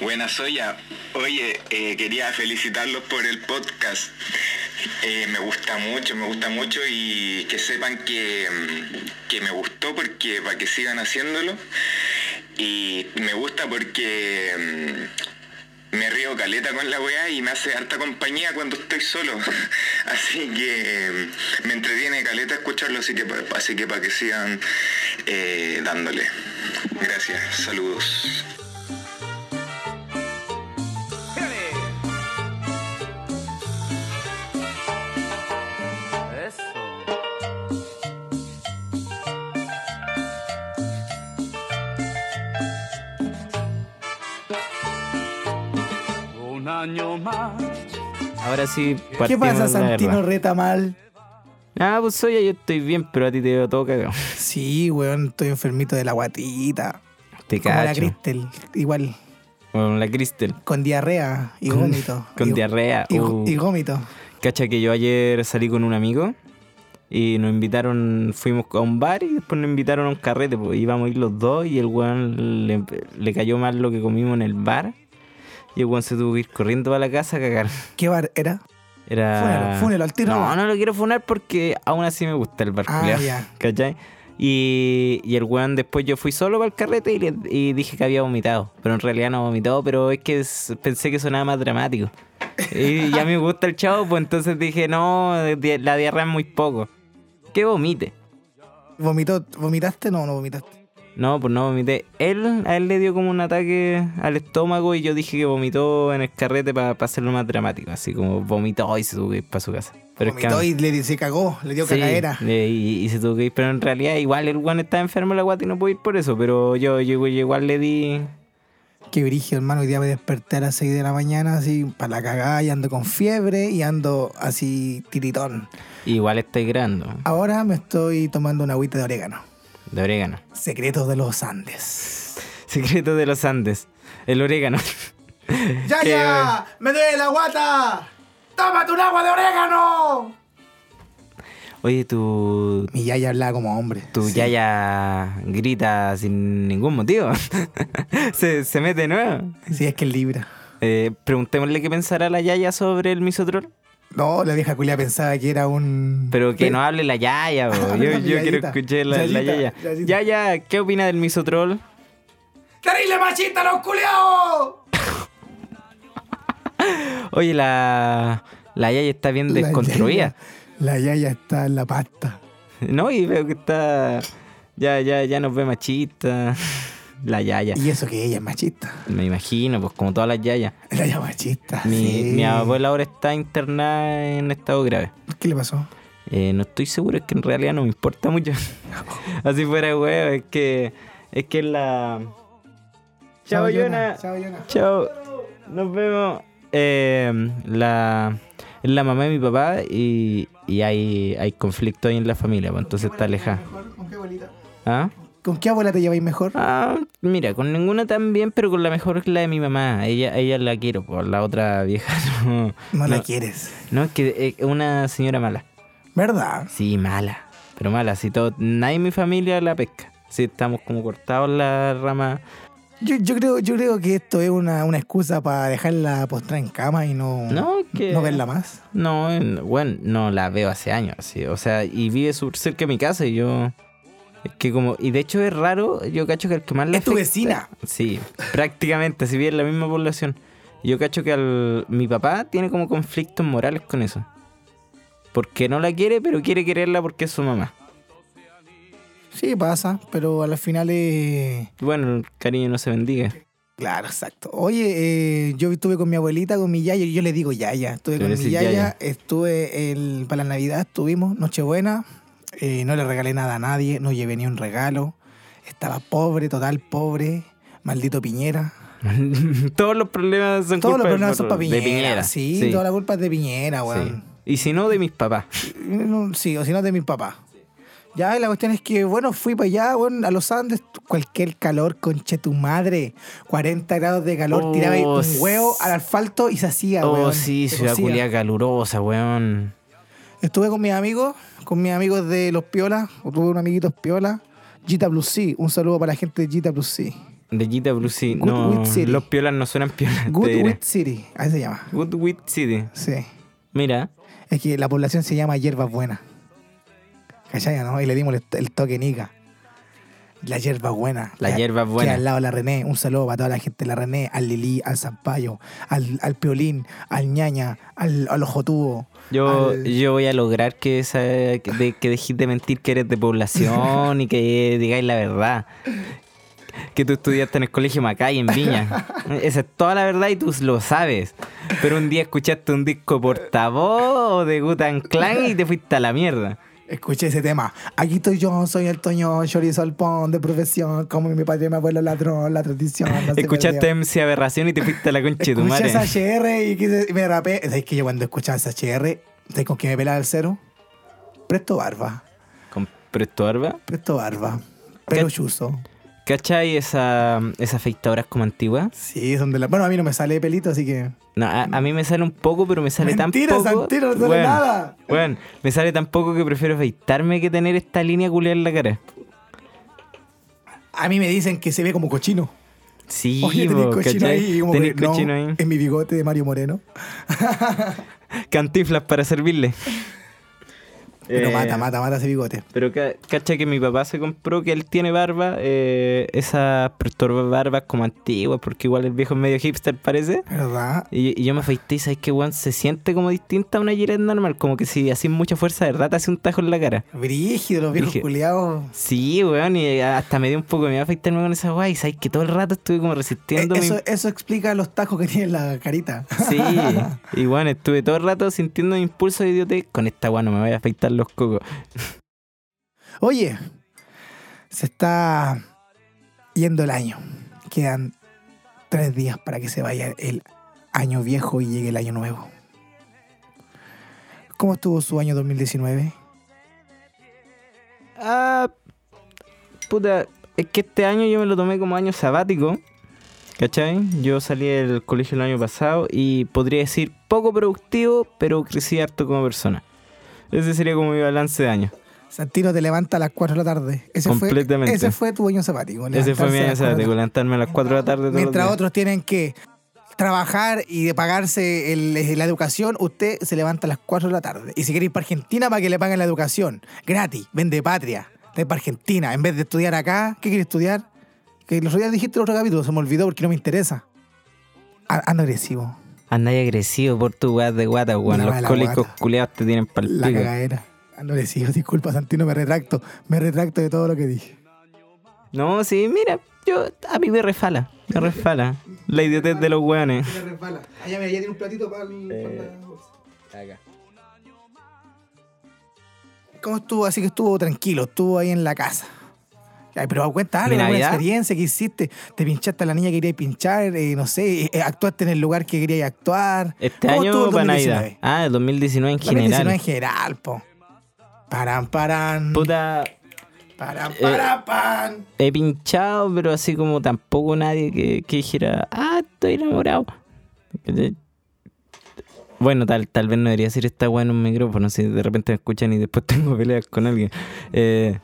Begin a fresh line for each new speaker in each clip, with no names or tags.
Buena Soya. Oye, eh, quería felicitarlos por el podcast. Eh, me gusta mucho, me gusta mucho y que sepan que, mm, que me gustó porque para que sigan haciéndolo. Y me gusta porque mm, me río caleta con la weá y me hace harta compañía cuando estoy solo. Así que mm, me entretiene caleta escucharlo, así que, pa- así que para que sigan eh, dándole. Gracias, saludos.
Eso. Un año más.
Ahora sí,
¿Qué
partimos
pasa,
la
Santino
verdad.
Reta mal?
Ah, pues Soya, yo estoy bien, pero a ti te veo todo cagado.
Sí, weón, estoy enfermito de la guatita.
Te
Como la
cacho.
Cristel, igual,
Con la Cristel.
con diarrea y gómito.
con
Y-
diarrea,
Y,
uh.
y gómito.
Cacha que yo ayer salí con un amigo y nos invitaron, fuimos a un bar y después nos invitaron a un carrete, pues íbamos a ir los dos y el weón le, le cayó mal lo que comimos en el bar y el weón se tuvo que ir corriendo para la casa a cagar.
¿Qué bar era?
Era...
Fúnelo, fúnelo, al tiro
No,
nomás.
no lo quiero funar porque aún así me gusta el bar,
Ah,
culiao,
ya.
¿cachai? Y, y el weón después yo fui solo para el carrete y, le- y dije que había vomitado, pero en realidad no vomitado, pero es que s- pensé que sonaba más dramático. Y ya me gusta el chavo, pues entonces dije, no, di- la diarrea es muy poco. Que vomite.
¿Vomitó? ¿Vomitaste? No, no vomitaste.
No, pues no vomité. Él, a él le dio como un ataque al estómago y yo dije que vomitó en el carrete para hacerlo más dramático. Así como vomitó y se tuvo que ir para su casa. Pero es que a
vomitó
mí-
y le, se cagó, le dio
Sí,
cagadera.
le- y, y se tuvo que ir, pero en realidad igual el Juan está enfermo la guata y no pudo ir por eso, pero yo, yo- yo igual le di...
Qué brillo, hermano. Hoy día me desperté a las 6 de la mañana, así, para la cagada, y ando con fiebre y ando así tiritón.
Igual estoy grando,
Ahora me estoy tomando una agüita de orégano.
de orégano.
Secretos de los Andes.
Secreto de los Andes, el orégano.
¡Ya,
Qué
ya! ¡Me duele la guata! ¡Tómate un agua de orégano!
Oye, tu,
Mi yaya hablaba como hombre.
tu
Sí.
yaya grita sin ningún motivo. se, se mete de nuevo.
Sí, es que es libra.
Eh, preguntémosle qué pensará la yaya sobre el misotrol.
No, la vieja culia pensaba que era un.
Pero que
Pe-
no hable la Yaya, po.
Ah,
yo, yo
perdón,
quiero
Yayita.
escuchar la, la
Yayita,
Yaya.
Yayita.
Yaya, ¿qué opina del misotrol?
¡Terrible machista, los culiados!
Oye, la, la Yaya está bien
La
desconstruida.
yaya- La yaya está en la pasta.
No, y veo que está... Ya, ya, ya nos ve machista. La Yaya.
Y eso que ella es machista.
Me imagino, pues como todas las Yayas.
La yaya machista.
Mi,
sí.
mi abuela ahora está internada en estado grave.
¿Qué le pasó?
Eh, no estoy seguro, es que en realidad no me importa mucho. Así fuera, huevo, es que... Es que la... Chao, Yona.
Chao, Yona.
Chao. Nos vemos. Eh, la, es la mamá de mi papá y, y hay, hay conflicto ahí en la familia, pues, entonces está alejada.
¿Con qué abuelita?
¿Ah?
¿Con qué abuela te lleváis mejor?
Ah, mira, con ninguna tan bien, pero con la mejor es la de mi mamá. Ella, ella la quiero, por la otra vieja no.
No la quieres.
No, es que es una señora mala.
¿Verdad?
Sí, mala. Pero mala, si todo, nadie en mi familia la pesca. Si estamos como cortados la rama.
Yo, yo creo, yo creo que esto es una, una excusa para dejarla postrada en cama y no,
No, es que-
no verla más.
No, en- bueno, no la veo hace años, así, o sea, y vive sur- cerca de mi casa y yo... Es que como... Y de hecho es raro, yo cacho que al que más le
Es tu
afecta-
vecina.
Sí, prácticamente, si vive en la misma población. Yo cacho que al, mi papá tiene como conflictos morales con eso. Porque no la quiere, pero quiere quererla porque es su mamá.
Sí, pasa, pero a las finales.
Bueno, el cariño no se bendiga.
Claro, exacto. Oye, eh, yo estuve con mi abuelita, con mi yaya, yo le digo yaya. Estuve
Tú
con
le
mi
decís
yaya,
yaya.
estuve el, para la Navidad, estuvimos, Nochebuena, eh, no le regalé nada a nadie, no llevé ni un regalo. Estaba pobre, total pobre, maldito Piñera.
Todos los problemas son
Todos los
culpa de-
problemas son para Piñera.
De Piñera.
Sí,
sí,
toda la culpa es de Piñera,
sí.
weón.
Y si no, de mis papás.
No, Sí, o si no de mi papá. Ya, y la cuestión es que, bueno, fui para allá, bueno, a los Andes, cualquier calor, conche tu madre. 40 grados de calor,
Oh,
tiraba ahí un
s-
huevo al asfalto y se hacía,
Oh,
weón.
sí,
Se
ciudad
cocía.
culia calurosa, weón.
Estuve con mis amigos, con mis amigos de Los Piolas, o tuve un amiguito Piola, Gita Plus C, un saludo para la gente de Gita Plus C.
De Gita Blue City.
Good
No,
Wit City.
los piolas no suenan piolas. te
Good
diré.
Wit City, ahí se llama.
Good Wit City.
Sí.
Mira,
Es que la población se llama Hierbas Buenas. ¿Cachai, no? Y le dimos el, el toque nica. La hierba buena.
La hierba
que
buena.
al lado de la René. Un saludo para toda la gente de la René, al Lili, al Zampayo, al, al Piolín, al ñaña, al, al ojotubo.
yo,
al-
yo voy a lograr que, esa, que, de- que dejes de mentir que eres de población y que digáis la verdad. Que tú estudiaste en el colegio Macay, en Viña. Esa es toda la verdad y tú lo sabes. Pero un día escuchaste un disco portavoz de Gutan Clan y te fuiste a la mierda.
Escuché ese tema. Aquí estoy yo, soy el Toñón, chorizo al pon de profesión, como mi padre y mi abuelo ladrón, la tradición. no se perdió.
Escuchaste MC Aberración y te fuiste a la concha de tu
Escuché
madre.
esa HR y quise- me rapé. ¿Sabes que yo cuando escuchaba esa HR, ¿sabes con quién me pelaba el cero? Presto barba.
¿Con Presto Barba?
Presto barba. Pelo chuzo.
¿Cachai esa, esas afeitadoras como antiguas?
Sí, son de la. Bueno, a mí no me sale pelito, así que.
No, a, a mí me sale un poco, pero me sale
Mentira,
tan poco.
Santino, no sale
Weón,
nada.
weón, me sale tan poco que prefiero afeitarme que tener esta línea culiada en la cara.
A mí me dicen que se ve como cochino.
Sí,
Oye, tenés
bo,
cochino
¿cachai?
ahí. y Como
Tenés
que, no,
cochino ahí.
En mi bigote de Mario Moreno. Eh.
Cantiflas para servirle.
Pero
Eh,
mata, mata, mata ese bigote.
Pero ca- cacha que mi papá se compró que él tiene barba, eh, esas perturbas barbas como antiguas, porque igual el viejo es medio hipster parece.
¿Verdad?
Y, y yo me afeité y sabes que weón se siente como distinta a una gilet normal, como que si haces mucha fuerza de rata hace un tajo en la cara.
Brígido, los viejos
Brígido.
culiados.
Sí, weón, y hasta me dio un poco de miedo afeitarme con esa weá y sabes que todo el rato estuve como resistiendo.
Eh,
mi-
Eso, eso explica los tajos que tiene la carita.
Sí, y bueno, estuve todo el rato sintiendo impulso de idiotez. Con esta weá no me voy a afeitar los cocos.
Oye, se está yendo el año. Quedan tres días para que se vaya el año viejo y llegue el año nuevo. ¿Cómo estuvo su año 2019?
Ah, puta, es que este año yo me lo tomé como año sabático. ¿Cachai? Yo salí del colegio el año pasado y podría decir poco productivo, pero crecí harto como persona. Ese sería como mi balance de año.
Santino te levanta a las 4 de la tarde. Ese
Completamente.
Fue, ese fue tu año sabático.
Ese fue mi año
levantarse a las
sabático,
4 de la tarde.
levantarme a las 4 de la tarde todos los
Mientras
días.
otros tienen que trabajar y de pagarse el- eh, la educación, usted se levanta a las 4 de la tarde. Y si quiere ir para Argentina para que le paguen la educación, gratis, vende patria, de para Argentina. En vez de estudiar acá, ¿qué quiere estudiar? Que los días dijiste el otro capítulo, se me olvidó porque no me interesa. A- Ando agresivo.
Andáis agresivo por tu weá de guata, weón.
La
Los
mala
cólicos
guata.
culeados te tienen pa'l
La
pico.
cagadera. Ando agresivo, disculpa Santino, me retracto. Me retracto de todo lo que dije.
No, sí, mira, yo a mí me refala, me refala. La idiotez de los weones.
Me resbala. Allá, mira, ya tiene un platito para la bolsa. ¿Cómo estuvo? Así que estuvo tranquilo, estuvo ahí en la casa. Ay, pero cuenta algo,
¿Mi
alguna
Navidad?
experiencia que hiciste. Te pinchaste a la niña que querías pinchar, eh, no sé, eh, actuaste en el lugar que querías actuar.
Este
¿Cómo
año
estuvo el
para
2019?
Navidad. Ah, el 2019 en general.
2019 en general, po. Paran, paran.
Puta,
Paran,
eh.
paran, pan.
he pinchado, pero así como tampoco nadie que, que dijera, ah, estoy enamorado. ¿Cachai? Bueno, tal, tal vez no debería decir esta weá en un micrófono, si de repente me escuchan y después tengo peleas con alguien. Eh,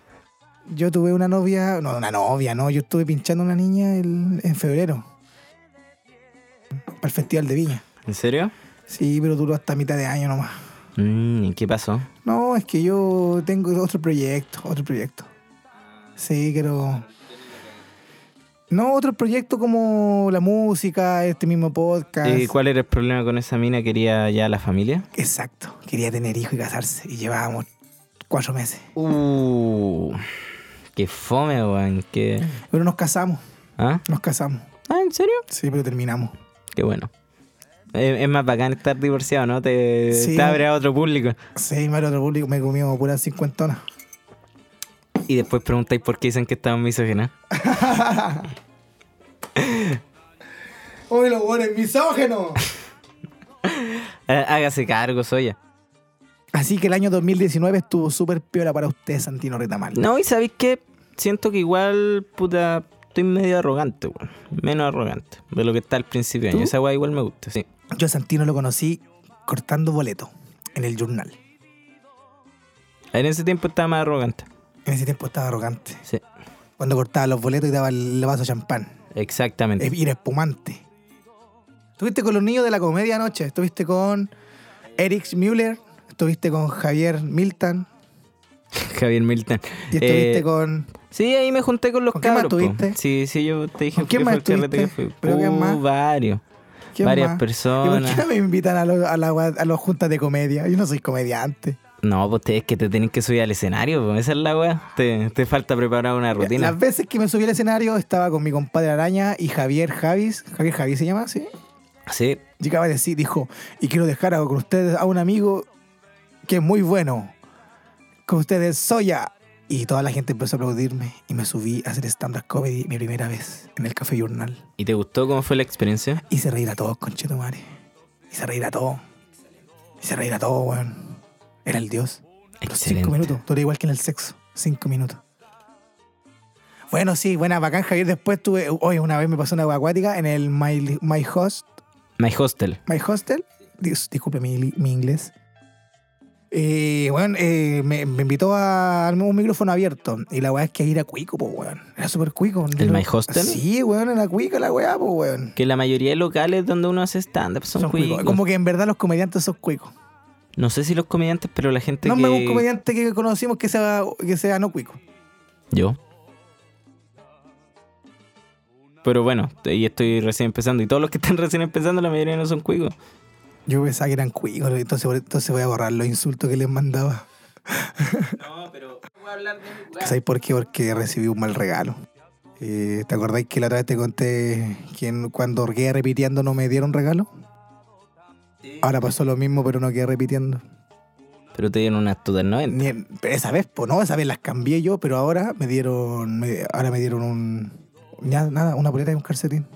Yo tuve una novia, no, una novia, no. Yo estuve pinchando a una niña el- en febrero. Para el Festival de Viña.
¿En serio?
Sí, pero duró hasta mitad de año nomás.
Mm, ¿y qué pasó?
No, es que yo tengo otro proyecto, otro proyecto. Sí, quiero... No, otro proyecto como la música, este mismo podcast.
¿Y Eh, cuál era el problema con esa mina? ¿Quería ya la familia?
Exacto, quería tener hijos y casarse y llevábamos cuatro meses.
Uh, qué fome, weón. Qué...
Pero nos casamos,
¿Ah?
nos casamos.
¿Ah, en serio?
Sí, pero terminamos.
Qué bueno. Es, es más bacán estar divorciado, ¿no? Te,
Sí.
te abre a otro público.
Sí, Mario otro público me comió pura cincuentona.
Y después preguntáis por qué dicen que estaban misóginas.
¡Uy, los buenos misógenos!
Eh, Hágase cargo, Soya.
Así que el año 2019 estuvo súper piola para usted, Santino Retamal.
No, y sabéis que siento que igual, puta, estoy medio arrogante, weón. Menos arrogante de lo que está al principio de año.
¿Tú?
Esa weá igual me gusta, sí.
Yo a Santino lo conocí cortando boleto en el journal.
En ese tiempo estaba más arrogante.
En ese tiempo estaba arrogante.
Sí.
Cuando cortaba los boletos y daba el vaso de champán.
Exactamente.
Es bien espumante. Estuviste con los niños de la comedia anoche. Estuviste con Eric Müller. Estuviste con Javier Milton.
Javier Milton.
Y estuviste
Eh,
con.
Sí, ahí me junté con los
¿Con quién más
cabros. po.
estuviste?
Sí, sí, yo te dije
¿Con quién
que fue
más
el carrete que
estuviste?
fui.
¿Pero quién
Uh,
más?
varios.
¿quién
varias
más? ¿Y por
personas.
qué no me invitan a, los- a, la gua- a los juntas de comedia? Yo no soy comediante.
No, pues ustedes que te tienen que subir al escenario, po, esa es la weá. Te, te falta preparar una rutina.
Las veces que me subí al escenario estaba con mi compadre Araña y Javier Javis. Javier Javis se llama, ¿sí?
Sí,
Llegaba a decir, dijo, y quiero dejar a- con ustedes a un amigo que es muy bueno. Con ustedes, Soya. Y toda la gente empezó a aplaudirme y me subí a hacer stand-up comedy mi primera vez en el Café Journal.
¿y te gustó cómo fue la experiencia?
Y se reír a todos, conchetumare. Y se reír a todos. Y se reír a todos, weón. Era el dios. Los
Excelente.
cinco minutos. Duré igual que en el sexo. Cinco minutos. Bueno, sí, buena, bacán, Javier. Después tuve. Hoy una vez me pasó una hueá acuática en el My, My Host.
My Hostel.
My Hostel. Dis- disculpe mi, li- mi inglés. Eh, bueno, eh, me, me invitó a armar un micrófono abierto. Y la weá es que ir a cuico, pues, weón. Era súper cuico. Yo
¿El
no-
My Hostel?
Sí, weón, era cuico la weá, pues, weón.
Que la mayoría de locales donde uno hace stand-up son,
Son cuicos.
cuicos.
Como que en verdad los comediantes son cuicos.
No sé si los comediantes, pero la gente
No
que...
me un comediante que conocimos que sea, que sea no cuico.
Yo. Pero bueno, y estoy recién empezando. Y todos los que están recién empezando, la mayoría no son cuicos.
Yo pensaba que eran cuicos, entonces, por- entonces voy a borrar los insultos que les mandaba.
No, pero voy a hablar de mi
¿Sabéis por qué? Porque recibí un mal regalo. Eh, ¿Te acordáis que la otra vez te conté que cuando quedé repitiendo no me dieron regalo? Ahora pasó lo mismo, pero no quedé repitiendo.
Pero te dieron unas tutas 90.
Ni en- pero esa vez, pues no, esa vez las cambié yo, pero ahora me dieron. me- ahora me dieron un. ya, nada, una polera y un calcetín.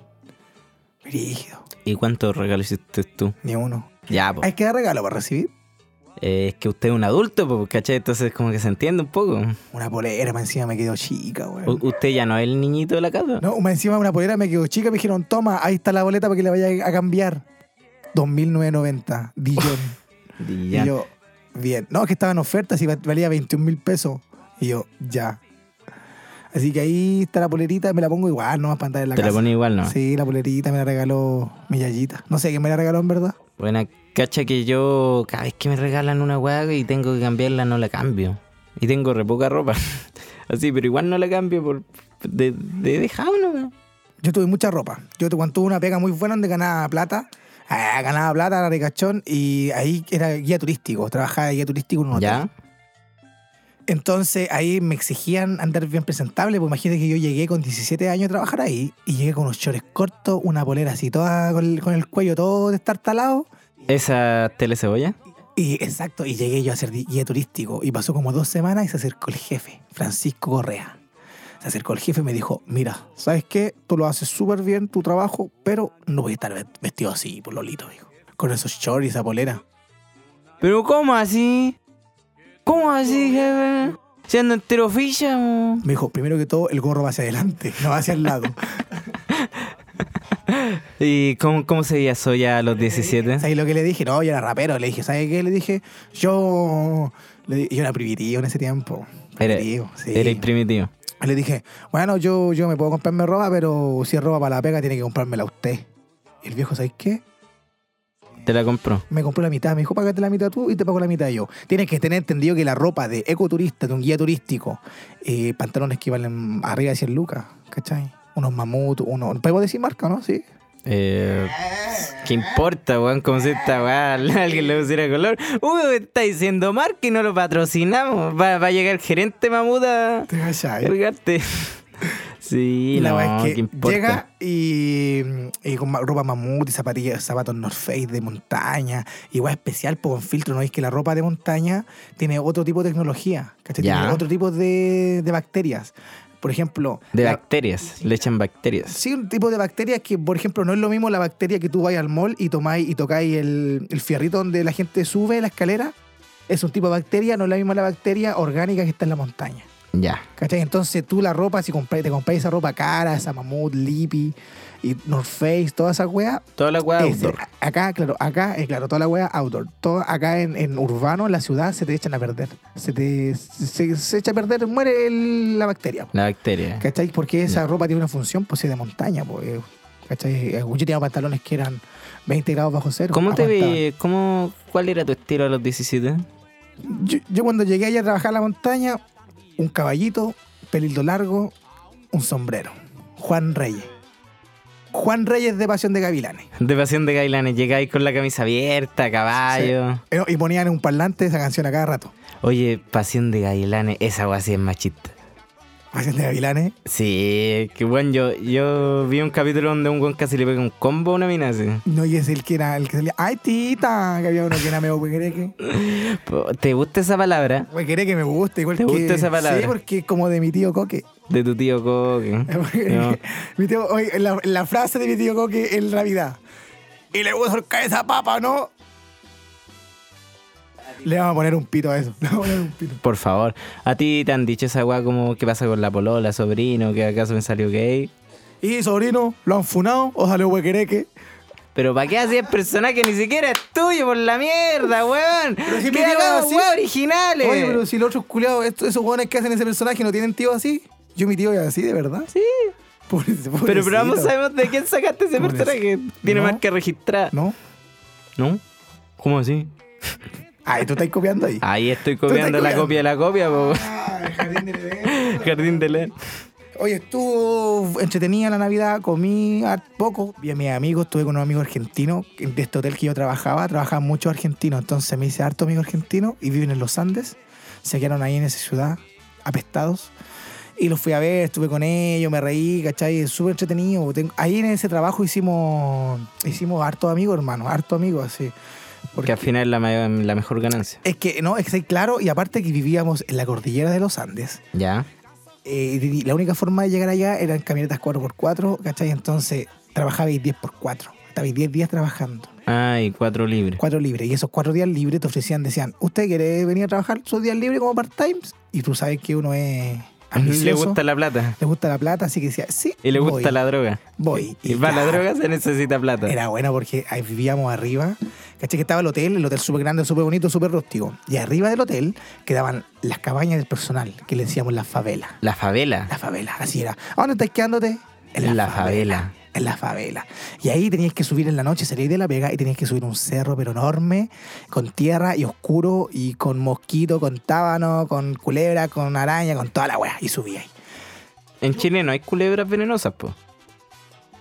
Rígido,
¿Y cuántos regalos hiciste tú?
ni uno.
Ya, po.
Hay que dar regalo para recibir.
Eh, es que usted es un adulto, po, ¿cachai? Entonces como que se entiende un poco.
Una polera, más encima me quedó chica, weón.
U- usted ya no es el niñito de la casa.
No, más encima una polera me quedó chica, me dijeron, toma, ahí está la boleta para que la vaya a cambiar. 2.990, Dillon.
Y ya.
y yo, bien. No, es que estaba en oferta, si valía 21 mil pesos. Y yo, ya. Así que ahí está la polerita, me la pongo igual, nomás para andar en la
te la
casa.
pone igual, ¿no?
Sí, la polerita me la regaló mi yayita. No sé quién me la regaló en verdad.
Buena, cacha que yo cada vez que me regalan una hueá y tengo que cambiarla, no la cambio. Y tengo re poca ropa. Así, pero igual no la cambio por de, de dejado, ¿no? weón?
Yo tuve mucha ropa. Yo tu- cuando tuve una pega muy buena donde ganaba plata, ah, ganaba plata, era ricachón, y ahí era guía turístico, trabajaba de guía turístico en un hotel.
¿Ya?
Entonces ahí me exigían andar bien presentable, porque imagínate que yo llegué con 17 años a trabajar ahí y llegué con unos shorts cortos, una polera así, toda con el, con el cuello todo destartalado.
¿Esa telecebolla?
Y exacto, y llegué yo a ser di- guía turístico y pasó como dos semanas y se acercó el jefe, Francisco Correa. Se acercó el jefe y me dijo, mira, ¿sabes qué? Tú lo haces súper bien tu trabajo, pero no voy a estar ve- vestido así, por lolito, dijo. Con esos shorts y esa polera.
¿Pero cómo así? ¿Cómo así, jefe? Siendo entero ficha, mo.
Me dijo, primero que todo, el gorro va hacia adelante, no va hacia el lado.
¿Y cómo, cómo se veía Soya a los 17?
¿Sabes lo que le dije? No, yo era rapero. Le dije, ¿sabes qué? Le dije, yo. le di- yo era primitivo en ese tiempo.
Era-
Primitivo, sí.
Eres primitivo.
le dije, bueno, yo, yo me puedo comprarme ropa, pero si es ropa para la pega, tiene que comprármela usted. Y el viejo, ¿sabes qué?
Te la compró.
Me compró la mitad. Me dijo, págate la mitad tú y te pago la mitad yo. Tienes que tener entendido que la ropa de ecoturista, de un guía turístico, eh, pantalones que valen arriba de 100 lucas, ¿cachai? Unos mamut, unos. Podemos decir marca, ¿no? Sí.
Eh, ¿Qué importa, weón? Como si esta weá a alguien le pusiera color. Uy, me está diciendo marca y no lo patrocinamos. Va, va a llegar el gerente mamuda
¿Te
a
cachai?
cargarte. Sí,
Y Eh. la
no,
verdad es
¿qué
que
importa?
llega y, y con ma- ropa mamut y zapatillas, zapatos North Face de montaña, igual especial po, con filtro, ¿no? Es que la ropa de montaña tiene otro tipo de tecnología, ¿cachai?
Ya.
Tiene otro tipo de, de bacterias. Por ejemplo,
De
la-
bacterias, le echan bacterias.
sí, un tipo de bacterias que, por ejemplo, no es lo mismo la bacteria que tú vas al mall y tomáis y tocáis el, el fierrito donde la gente sube la escalera. Es un tipo de bacteria, no es la misma la bacteria orgánica que está en la montaña.
Ya.
¿Cachai? Entonces tú la ropa, si compras- te compras esa ropa cara, esa Mamut, Lippy, y North Face, toda esa wea.
Toda la weá
es-
outdoor.
a- acá, claro, acá, eh, claro, toda la wea outdoor. Todo, acá en, en urbano, en la ciudad, se te echan a perder. Se te se, se echa a perder, muere el- la bacteria. po.
La bacteria.
¿Cachai? Porque esa ropa tiene una función, pues, es de montaña, pues. eh, ¿Cachai? Eh, Yo tenía pantalones que eran 20 grados bajo cero.
¿Cómo te
aguantaban.
ve? ¿Cómo, ¿Cuál era tu estilo a los 17?
Yo, yo cuando llegué allá a trabajar a la montaña, un caballito, pelildo largo, un sombrero. Juan Reyes. Juan Reyes de Pasión de Gavilanes.
De pasión de Gailanes, llegáis con la camisa abierta, caballo.
Eh, no, Y ponían en un parlante esa canción a cada rato.
Oye, pasión de Gailanes, esa weá sí es machista.
Pasión de Gavilanes.
Sí, que bueno, yo, yo vi un capítulo donde un weón casi le pega un combo a una mina así.
No, y es el que era el que salía. ¡Ay, tita! Que había uno que era medio huequereque.
Po, ¿Te gusta esa palabra
Huequereque me gusta, igual
¿Te
que.
gusta esa palabra?
Sí, porque es como de mi tío Coque.
de tu tío Coque? No.
Mi tío- oye, la, la frase de mi tío Coque en Navidad. Y le gusta solcar esa papa, ¿no? Le vamos a poner un pito a eso. Le vamos a poner un pito.
Por favor, a ti te han dicho esa weá como qué pasa con la polola, sobrino, que acaso me salió gay.
Y sobrino, lo han funado, o salió huequereque.
Pero ¿para qué así es persona que ni siquiera es tuyo por la mierda, weón?
si
¿Qué
mi tío
hagamos,
así-
weón, originales?
Oye, pero si los otros culiados, estos- esos jóvenes que hacen ese personaje no tienen tío así. Yo mi tío es así, de verdad.
Sí.
Pobre-
Pero, pero vamos,
pobrecito.
sabemos de quién sacaste ese
Pobrecito.
personaje. Tiene
No.
marca registrada.
¿No?
¿No? ¿Cómo así?
Ay, tú estás copiando ahí.
Ahí estoy
estás
copiando la
copiando.
copia de la copia, po.
Ay, jardín de bebés.
Jardín de Len.
Oye, estuvo entretenida la Navidad, comí a- poco, vi a mis amigos, estuve con un amigo argentino que- de este hotel que yo trabajaba, trabajaban muchos argentinos, entonces me hice harto amigo argentino y viven en los Andes, se quedaron ahí en esa ciudad, apestados, y los fui a ver, estuve con ellos, me reí, ¿cachai? Súper entretenido. Ten- Ahí en ese trabajo hicimos, hicimos harto amigos, hermano, harto amigos, así.
Porque al final es la, mayor- la mejor ganancia.
Es que, no, es que, claro, y aparte que vivíamos en la cordillera de los Andes,
Ya.
eh, y la única forma de llegar allá eran camionetas 4x4, ¿cachai? Entonces trabajabais 10x4. Estabais 10 días trabajando,
Ay, Ah, cuatro libres.
4 libres. Y esos 4 días libres te ofrecían, decían, ¿usted quiere venir a trabajar sus días libres como part-time? Y tú sabes que uno es ambicioso,
Le gusta la plata.
le gusta la plata, así que decía, sí,
Y le
voy,
gusta la droga.
Voy.
Y, para la
claro,
droga se necesita plata.
Era bueno porque ahí vivíamos arriba, ¿cachai? Que estaba el hotel, el hotel súper grande, súper bonito, súper rústico. Y arriba del hotel quedaban las cabañas del personal, que le decíamos las favelas.
La favela.
La favela, así era. ¿A dónde estás quedándote?
En la favela.
En la favela. Y ahí tenías que subir en la noche, salías de la pega y tenías que subir un cerro, pero enorme, con tierra y oscuro, y con mosquito, con tábano, con culebra, con araña, con toda la weá. Y subí ahí.
En Chile no hay culebras venenosas, po.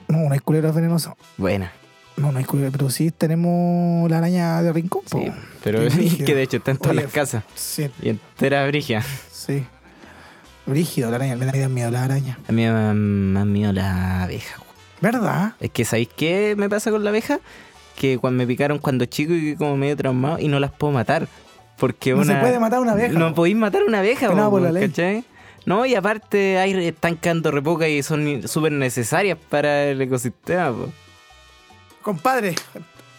No, no hay culebra venenoso.
Buena.
No, no hay culebra, pero sí tenemos la araña de rincón. po.
Sí. Pero
Qué
es
brígido.
que de hecho está en todas
Oye,
las casas.
Sí,
Y entera brigia.
sí. Rígido, la araña, me da- me da miedo la araña.
A mí me da más miedo la abeja. weón.
¿Verdad?
Es que ¿sabéis qué me pasa con la abeja? Que cuando me picaron cuando chico y quedé como medio traumado y no las puedo matar. Porque
No
una...
se puede matar una abeja.
No podéis matar una abeja, po,
Penado por la ley.
¿cachai? No, y aparte hay, están quedando re pocas y son ni- súper necesarias para el ecosistema. po.
Compadre,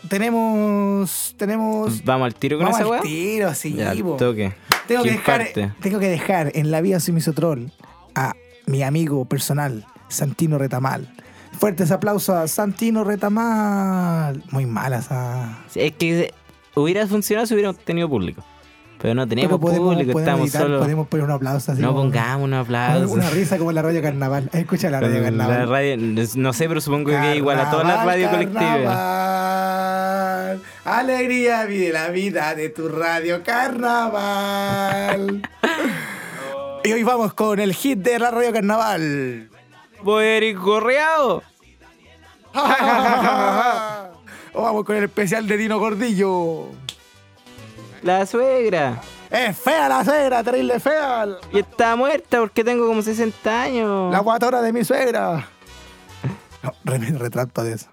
tenemos. Tenemos.
Vamos al tiro con
Vamos
esa
al
weá.
tiro, sí,
Ya,
po.
toque.
Tengo que,
¿Quién
dejar,
parte?
tengo que dejar en la vida soy misotrol a mi amigo personal, Santino Retamal. Fuertes aplausos a Santino Retamal. Muy mala esa.
Es que hubiera funcionado si hubiéramos tenido público. Pero no teníamos
Pero podemos,
público,
podemos
estamos
editar,
solos.
podemos poner un aplauso así.
No
como-
pongamos un
una,
aplauso.
una risa como en la radio carnaval. Escucha la radio carnaval.
La radio- no sé, pero supongo que es igual a todas las
Carnaval,
radios colectivas.
Carnaval, alegría vive la vida de tu radio carnaval. y hoy vamos con el hit de la radio carnaval.
Poder ir correado.
o vamos con el especial de Dino Gordillo.
La suegra.
Es fea la suegra, terrible fea.
Y está muerta porque tengo como 60 años.
La guatora de mi suegra. No, re- retracto de eso.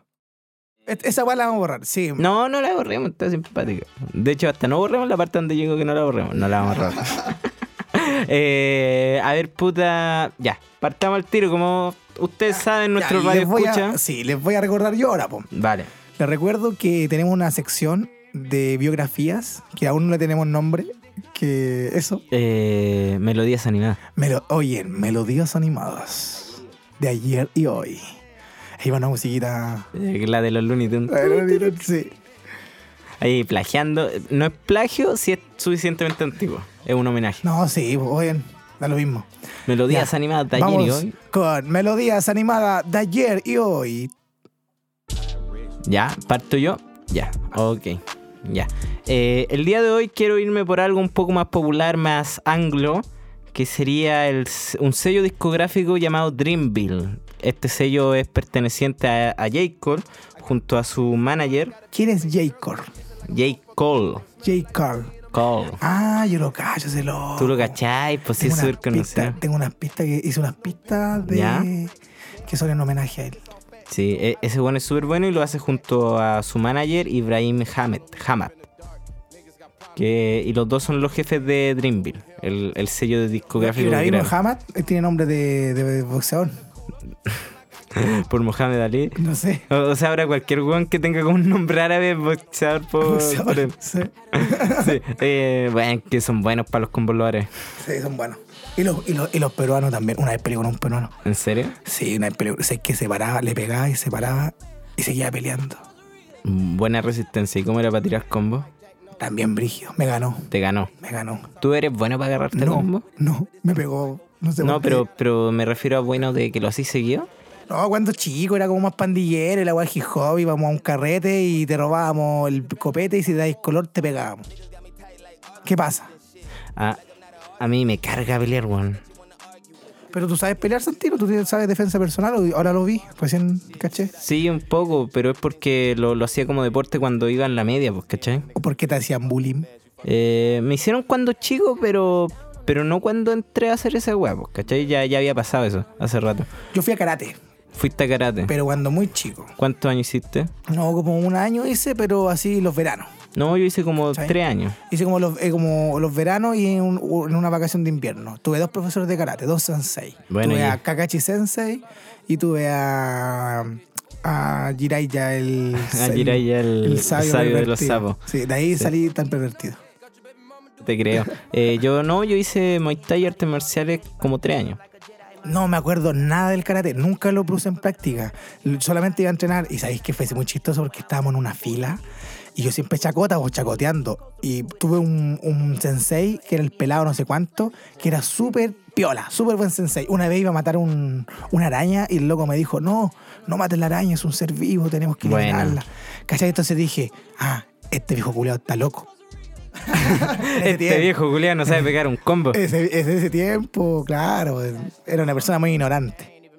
Et- Esa guay la vamos a borrar, sí.
No, no la borremos, está simpática. De hecho, hasta no borremos la parte donde llegó que no la borremos. No la vamos a borrar. Eh, a ver, puta. Ya, partamos al tiro. Como ustedes saben, nuestro
Ya,
radio
les voy a-
escucha.
sí, les voy a recordar yo ahora, po.
Vale.
Les recuerdo que tenemos una sección de biografías que aún no le tenemos nombre, que eso.
Eh, melodías animadas.
Melo- oyen, melodías animadas de ayer y hoy. Ahí va una musiquita.
Eh, La de los Looney Tunes.
Sí.
Ahí plagiando. No es plagio si es suficientemente antiguo. Es un homenaje.
No, sí, oyen, da lo mismo.
Melodías
Ya,
animadas de
Vamos
ayer y hoy.
con melodías animadas de ayer y hoy.
Ya, parto yo. Ya, ok. Ya. Eh, el día de hoy quiero irme por algo un poco más popular, más anglo, que sería el s- un sello discográfico llamado Dreamville. Este sello es perteneciente a, a J. Cole junto a su manager,
¿Quién es J. Cole?
J. Cole.
J. Cole.
Cole.
Ah, yo lo cacho, se lo.
Tú lo cacháis, pues sí,
Tengo
es
unas
súper conocido.
pistas- Tengo unas pistas que hice unas pistas de
Ya.
que son en homenaje a él.
Sí, e- ese bueno es súper bueno y lo hace junto a su manager Ibrahim Hamed, Hamad. Que, y los dos son los jefes de Dreamville, el, el sello de discográfico que
Ibrahim
crearon
Hamad eh, tiene nombre de, de boxeador.
por Mohamed Ali.
No sé.
O, o sea, ahora cualquier weón que tenga como un nombre árabe es boxeador por...
Boxeador,
por-
sí.
sí, eh, bueno, que son buenos para los combos los árabes.
Sí, son buenos. Y los, y, los, y los peruanos también. Una vez peleó con un peruano.
¿En serio?
Sí, una vez peleó. O sea, es que se paraba, le pegaba y se paraba y seguía peleando.
Mm, Buena resistencia. ¿Y cómo era para tirar combos?
También Brigio. Me ganó.
Te ganó.
Me ganó.
¿Tú eres bueno para agarrarte
No,
combos?
no, me pegó. No sé
No,
por qué.
pero, pero me refiero a bueno de que lo así seguido.
No, cuando chico era como más pandillero, era guay hip hop, íbamos a un carrete y te robábamos el copete y si te dais color te pegábamos. ¿Qué pasa?
A, a mí me carga pelear, weón.
Pero tú sabes pelear, Santino, tú tienes- sabes defensa personal, o- ahora lo vi, recién caché.
Sí, un poco, pero es porque lo, lo hacía como deporte cuando iba en la media, pues, ¿cachai?
¿O por qué te hacían bullying?
Eh, me hicieron cuando chico, pero pero no cuando entré a hacer ese huevo, ¿cachai? Ya, ya había pasado eso hace rato.
Yo fui a karate,
Fuiste a karate.
pero cuando muy chico.
¿Cuántos años hiciste?
No, como un año hice, pero así los veranos.
No, yo hice como
¿Cachai?
tres años.
Hice como los, eh, como los veranos y en, un- en una vacación de invierno. Tuve dos profesores de karate, dos sensei.
Bueno,
tuve
y-
a Kakashi sensei y tuve a, a Jiraiya el...
A Jiraiya el- el sabio de los
pervertido.
sapos.
Sí, de ahí salí tan pervertido.
Te creo. Eh, yo no, yo hice Muay Thai y artes marciales como tres años.
No me acuerdo nada del karate, nunca lo puse en práctica. L- Solamente iba a entrenar y sabéis que fue muy chistoso porque estábamos en una fila y yo siempre chacota o chacoteando. Y tuve un, un sensei que era el pelado no sé cuánto, que era súper piola, súper buen sensei. Una vez iba a matar un, una araña y el loco me dijo, no, no mates la araña, es un ser vivo, tenemos que
Bueno.
liberarla. ¿Cachai? Entonces dije, ah, este viejo culiao está loco. En ese
Este
tiempo.
viejo Julián no sabe pegar un combo.
Ese, ese, ese tiempo, claro, era una persona muy ignorante.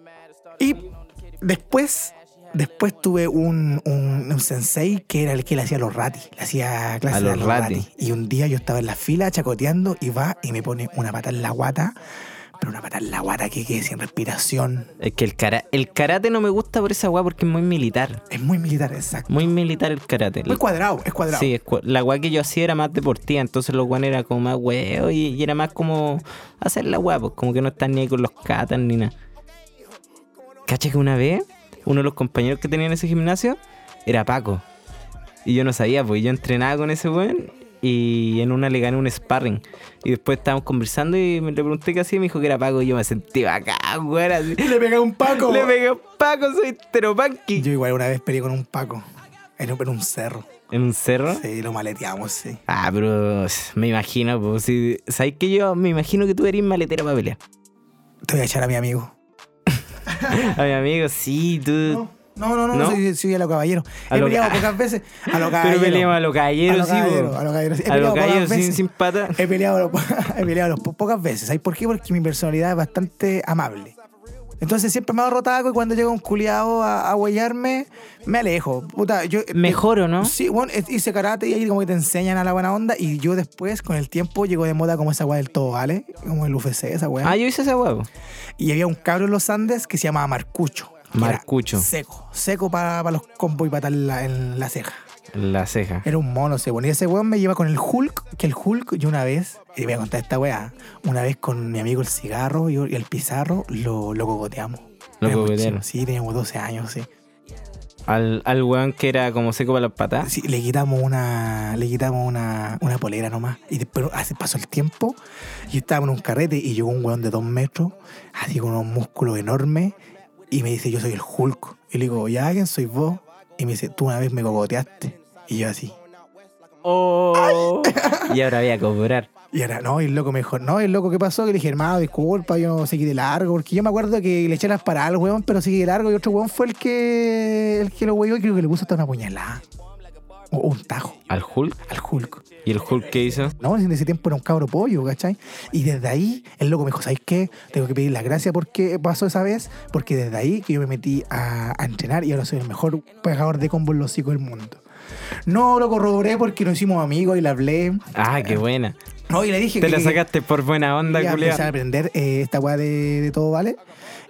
Y después, después tuve un, un, un sensei que era el que le hacía los rati, le hacía clases
A los rati.
Y un día yo estaba en la fila chacoteando y va y me pone una pata en la guata, pero una pata en la guata que quede sin respiración.
Es que el, kara- el karate no me gusta por esa weá porque es muy militar.
Es muy militar, exacto.
Muy militar el karate.
Muy cuadrado, es cuadrado.
Sí, es cua- la weá que yo hacía era más deportiva, entonces los guan era como más huevo y, y era más como hacer la weá, pues como que no están ni ahí con los catas ni nada. ¿Cacha que una vez uno de los compañeros que tenía en ese gimnasio era Paco? Y yo no sabía, pues yo entrenaba con ese weón y en una le gané un sparring. Y después estábamos conversando y me le pregunté qué hacía y me dijo que era Paco y yo me sentí bacán, weón. así.
Y le pegué a un paco.
Le pegué a Paco, soy teropanqui.
Yo igual una vez peleé con un paco, en un, en un cerro.
¿En un cerro?
Sí, lo maleteamos, sí.
Ah, pero me imagino, pues si. ¿Sabes que yo me imagino que tú eres maletero para pelear?
Te voy a echar a mi amigo.
A mi amigo, sí, tú.
No, no, no, no,
¿No?
soy, soy a lo caballero.
A
He
lo
peleado
ca-
pocas veces. A lo caballero.
pero peleamos a los
A lo
caballeros, sí,
caballero,
po.
a lo caballero, sí. He
A los
peleado pocas
caballeros sin,
veces. Eh,
sin pata.
He peleado, lo- he peleado lo- po- pocas veces. ¿Sabes por qué? Porque mi personalidad es bastante amable. Entonces siempre me hago rotaco y cuando llega un culiado a, a huellarme, me alejo. Puta, yo, eh,
Mejor o no?
Sí, bueno, es- hice karate y ahí como que te enseñan a la buena onda. Y yo después, con el tiempo, llegó de moda como esa weá del todo, ¿vale? Como el UFC, esa weá.
Ah, yo hice ese huevo.
Y había un cabro en los Andes que se llamaba Marcucho. que era
Marcucho.
Seco. Seco para los combos y para en la, en la ceja.
La ceja.
Era un mono ese weón. Y ese weón me lleva con el Hulk, que el Hulk, yo una vez, y voy a contar esta weá, una vez con mi amigo el cigarro y, y el pizarro, lo, lo cogoteamos.
Lo
Era muy
cogotearon.
chico. Sí, teníamos 12 años, sí.
Al, al weón que era como seco para las patas.
Sí, le quitamos una le quitamos una, una polera nomás. Y después hace- pasó el tiempo y estábamos en un carrete y llegó un weón de dos metros, así con unos músculos enormes, y me dice, yo soy el Hulk. Y le digo, ¿ya quién soy vos? Y me dice, tú una vez me cogoteaste. Y yo así.
Oh. Y ahora voy a cobrar.
Y ahora, no, y el loco me dijo, no, el loco, ¿qué pasó? Que le dije, hermano, disculpa, yo seguí de largo. Porque yo me acuerdo que le eché las paradas al weón, pero seguí de largo. Y otro weón fue el que, el que lo weyó y creo que le puso hasta una puñalada. O o un tajo
¿Al Hulk?
al Hulk.
¿Y el Hulk qué hizo?
No, en ese tiempo era un cabro pollo, ¿cachai? Y desde ahí, el loco me dijo, ¿sabes qué? Tengo que pedir las gracias porque pasó esa vez, porque desde ahí que yo me metí a, a entrenar y ahora soy el mejor pegador de combos en los hocicos del mundo. No lo corroboré porque nos hicimos amigos y le hablé.
Ah, qué buena.
No, y le dije
Te
que...
la sacaste por buena onda,
Y a empezar a
culiado.
aprender eh, esta weá de, de todo, ¿vale?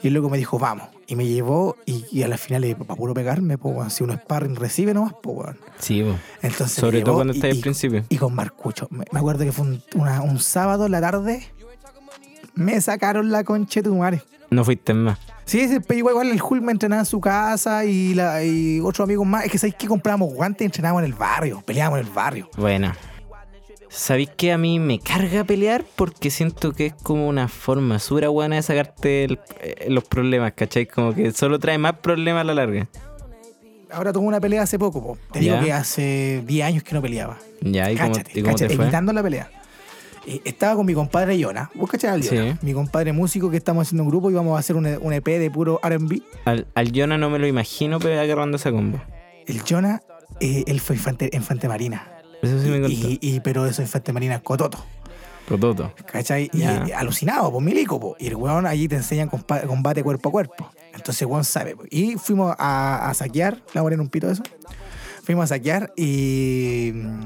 Y el loco me dijo, vamos. Y me llevó y, y a las finales, para puro pegarme, po, weón. si uno sparring recibe nomás, po, weón.
Sí, po.
Entonces me
Sobre
llevó
todo cuando
y-
estás al
y-
principio.
Y con Marcucho. Me me acuerdo que fue un, una- un sábado en la tarde. Me sacaron la concha de tu madre.
No fuiste más.
Sí, ese pe- igual, igual el Hulk me entrenaba en su casa y, la, y otros amigos más. Es que sabéis que comprábamos guantes y entrenábamos en el barrio. Peleábamos en el barrio.
Bueno. ¿Sabéis que a mí me carga pelear? Porque siento que es como una forma súper buena de sacarte el- eh, los problemas, ¿cachai? Como que solo trae más problemas a la larga.
Ahora tuve una pelea hace poco. po. Te digo
Ya.
que hace 10 años que no peleaba.
Ya, ¿y cómo,
cáchate,
y cómo te
cáchate,
fue?
evitando la pelea. Eh, estaba con mi compadre Yona. ¿Vos cachás al Yona?
Sí.
Mi compadre músico que estamos haciendo un grupo y vamos a hacer un, E- un EP de puro RB.
Al, al Jonah no me lo imagino pero agarrando esa combo.
El Yona, eh, él fue infante, infante marina.
Eso sí me contó.
Y, y- pero eso infante marina cototo.
Prototo.
¿Cachai? Y
Ya.
eh, alucinado, pues milico, po. Y el weón allí te enseñan compa- combate cuerpo a cuerpo. Entonces el weón sabe, po. Y fuimos a, a saquear, la morena un pito de eso. Fuimos a saquear y. mm,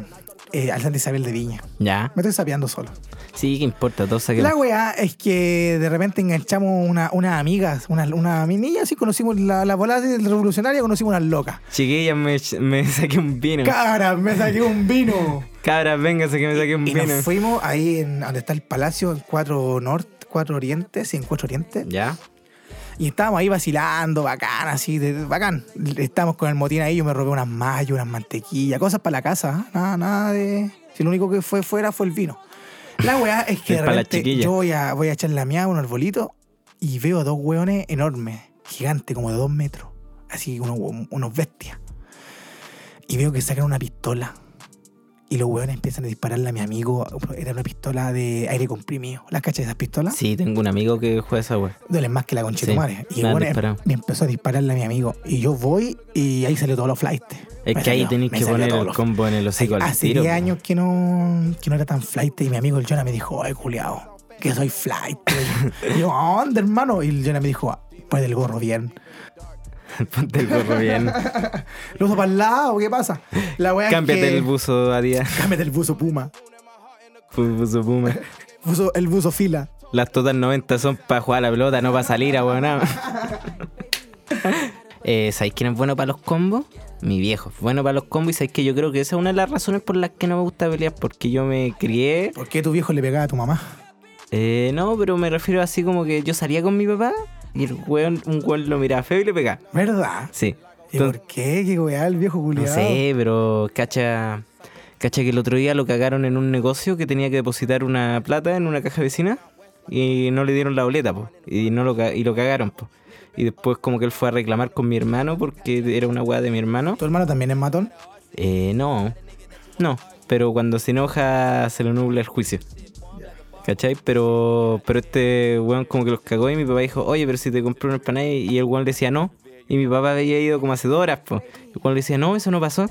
eh, al Santa Isabel de Viña.
Ya.
Me estoy sapeando solo.
Sí, ¿qué importa? Todo saqué.
La weá es que de repente enganchamos una, unas amigas, unas una niña, así conocimos la, la bola así del revolucionaria, conocimos unas locas.
Chiquilla, me, me saqué un vino.
Cara, me saqué un vino.
Cabras, véngase que me saqué un
y
vino.
nos fuimos ahí en donde está el palacio, en 4 Norte, 4 Oriente, sí, en 4 Oriente.
¿Ya?
Y estábamos ahí vacilando, bacán, así, de, bacán. Estábamos con el motín ahí, yo me robé unas mallas, unas mantequillas, cosas para la casa, ¿ah? nada, nada de... Si lo único que fue fuera fue el vino. La weá es que de
Para la
repente
chiquilla.
yo voy a, voy a echar la mía a un arbolito y veo dos weones enormes, gigantes, como de dos metros, así unos, hue- unos bestias. Y veo que sacan una pistola y los weones empiezan a dispararle a mi amigo. Era una pistola de aire comprimido. ¿Las cachas de esas pistolas?
Sí, tengo un amigo que juega esa wea.
duelen más que la conchita
Sí,
madre. Y
me han
bueno,
disparado.
me empezó a dispararle a mi amigo. Y yo voy y ahí salió todos los flights.
Es
Me
que ahí
salió-
tenés
me
que
salió
poner
todos
el
los-
combo en el hocico al
Hace
tiro.
10
po.
años que no, que no era tan flight. Y mi amigo el Jonah me dijo, ay, culiao, que soy flight. Y yo, ¿a dónde, hermano? Y el Jonah me dijo, pues el gorro bien.
Ponte el gorro bien.
Lo uso para el lado, ¿qué pasa? La wea es
Cámbiate
que-
el buzo a día.
Cámbiate el buzo Puma.
Buzo puma.
Buzo- el buzo fila.
Las totas 90 son para jugar a la pelota, no para salir a huevonao. eh, ¿Sabéis quién es bueno para los combos? Mi viejo. es Bueno para los combos y sabéis que yo creo que esa es una de las razones por las que no me gusta pelear. Porque yo me crié.
¿Por qué tu viejo le pegaba a tu mamá?
Eh, no, pero me refiero así como que yo salía con mi papá y el weón, un weón lo miraba feo y le pegaba.
¿Verdad?
Sí.
¿Y
Entonces-
por qué? ¿Qué weá el viejo
No
culiao?
sé, pero cacha, cacha que el otro día lo cagaron en un negocio que tenía que depositar una plata en una caja vecina y no le dieron la boleta, po, y no lo ca- y lo cagaron, po. Y después como que él fue a reclamar con mi hermano porque era una weá de mi hermano.
¿Tu hermano también es matón?
Eh, no, no, pero cuando se enoja se le nubla el juicio. ¿Cachai? Pero, pero este weón como que los cagó y mi papá dijo, oye, pero si te compré una empanada y el weón le decía no. Y mi papá había ido como hace dos horas, pues. El weón le decía, no, eso no pasó.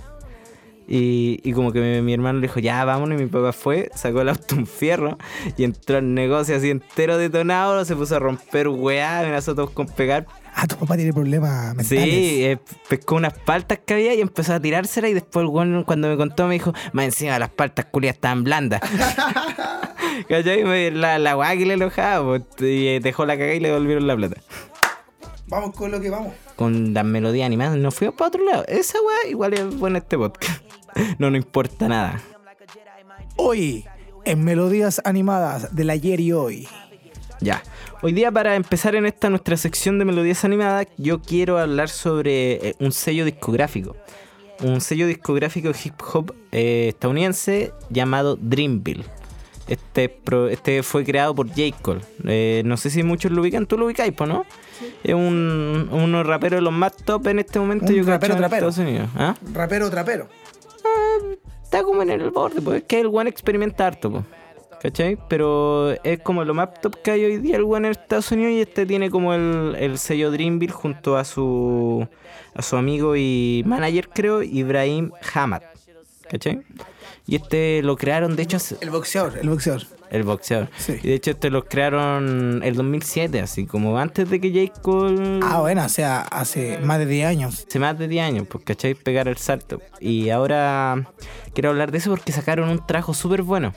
Y, y como que mi, mi hermano le dijo, ya vámonos, y mi papá fue, sacó el auto un fierro y entró al negocio así entero detonado, se puso a romper weá, amenazó a todos con pegar.
Ah, tu papá tiene problemas mentales.
Sí, eh, pescó unas paltas que había y empezó a tirárselas y después el weón cuando me contó me dijo, más encima las paltas culias estaban blandas. ¿Cachai? Me- La, la weá que le enojaba, po, y eh, dejó la cagada y le devolvieron la plata.
Vamos con lo que vamos.
Con las melodías animadas nos fuimos para otro lado. Esa weá igual es buena este podcast. No nos importa nada.
Hoy, en Melodías Animadas del ayer y hoy,
Ya. Hoy día para empezar en esta nuestra sección de melodías animadas, yo quiero hablar sobre eh, un sello discográfico. Un sello discográfico hip hop eh, estadounidense llamado Dreamville. Este, pro- este fue creado por J. Cole. Eh, no sé si muchos lo ubican, tú lo ubicáis, po, ¿no? Es un, uno rapero de los más top en este momento,
Un
yo creo,
rapero
en
trapero.
Estados Unidos. ¿Ah?
Rapero trapero.
está como en el borde, pues. Es que el one experimenta harto, pues. ¿Cachai? Pero es como lo más top que hay hoy día el one en Estados Unidos y este tiene como el, el sello Dreamville junto a su, a su amigo y manager, creo, Ibrahim Hamad. ¿Cachai? Y este lo crearon, de hecho, hace-
El boxeador, el boxeador.
el boxeador.
Sí.
Y de hecho, este lo crearon el 2007, así como antes de que J. Cole...
Ah, bueno, o sea, hace más de 10 años.
Hace más de 10 años, pues, ¿cachai? Pegar el salto. Y ahora quiero hablar de eso porque sacaron un trajo súper bueno.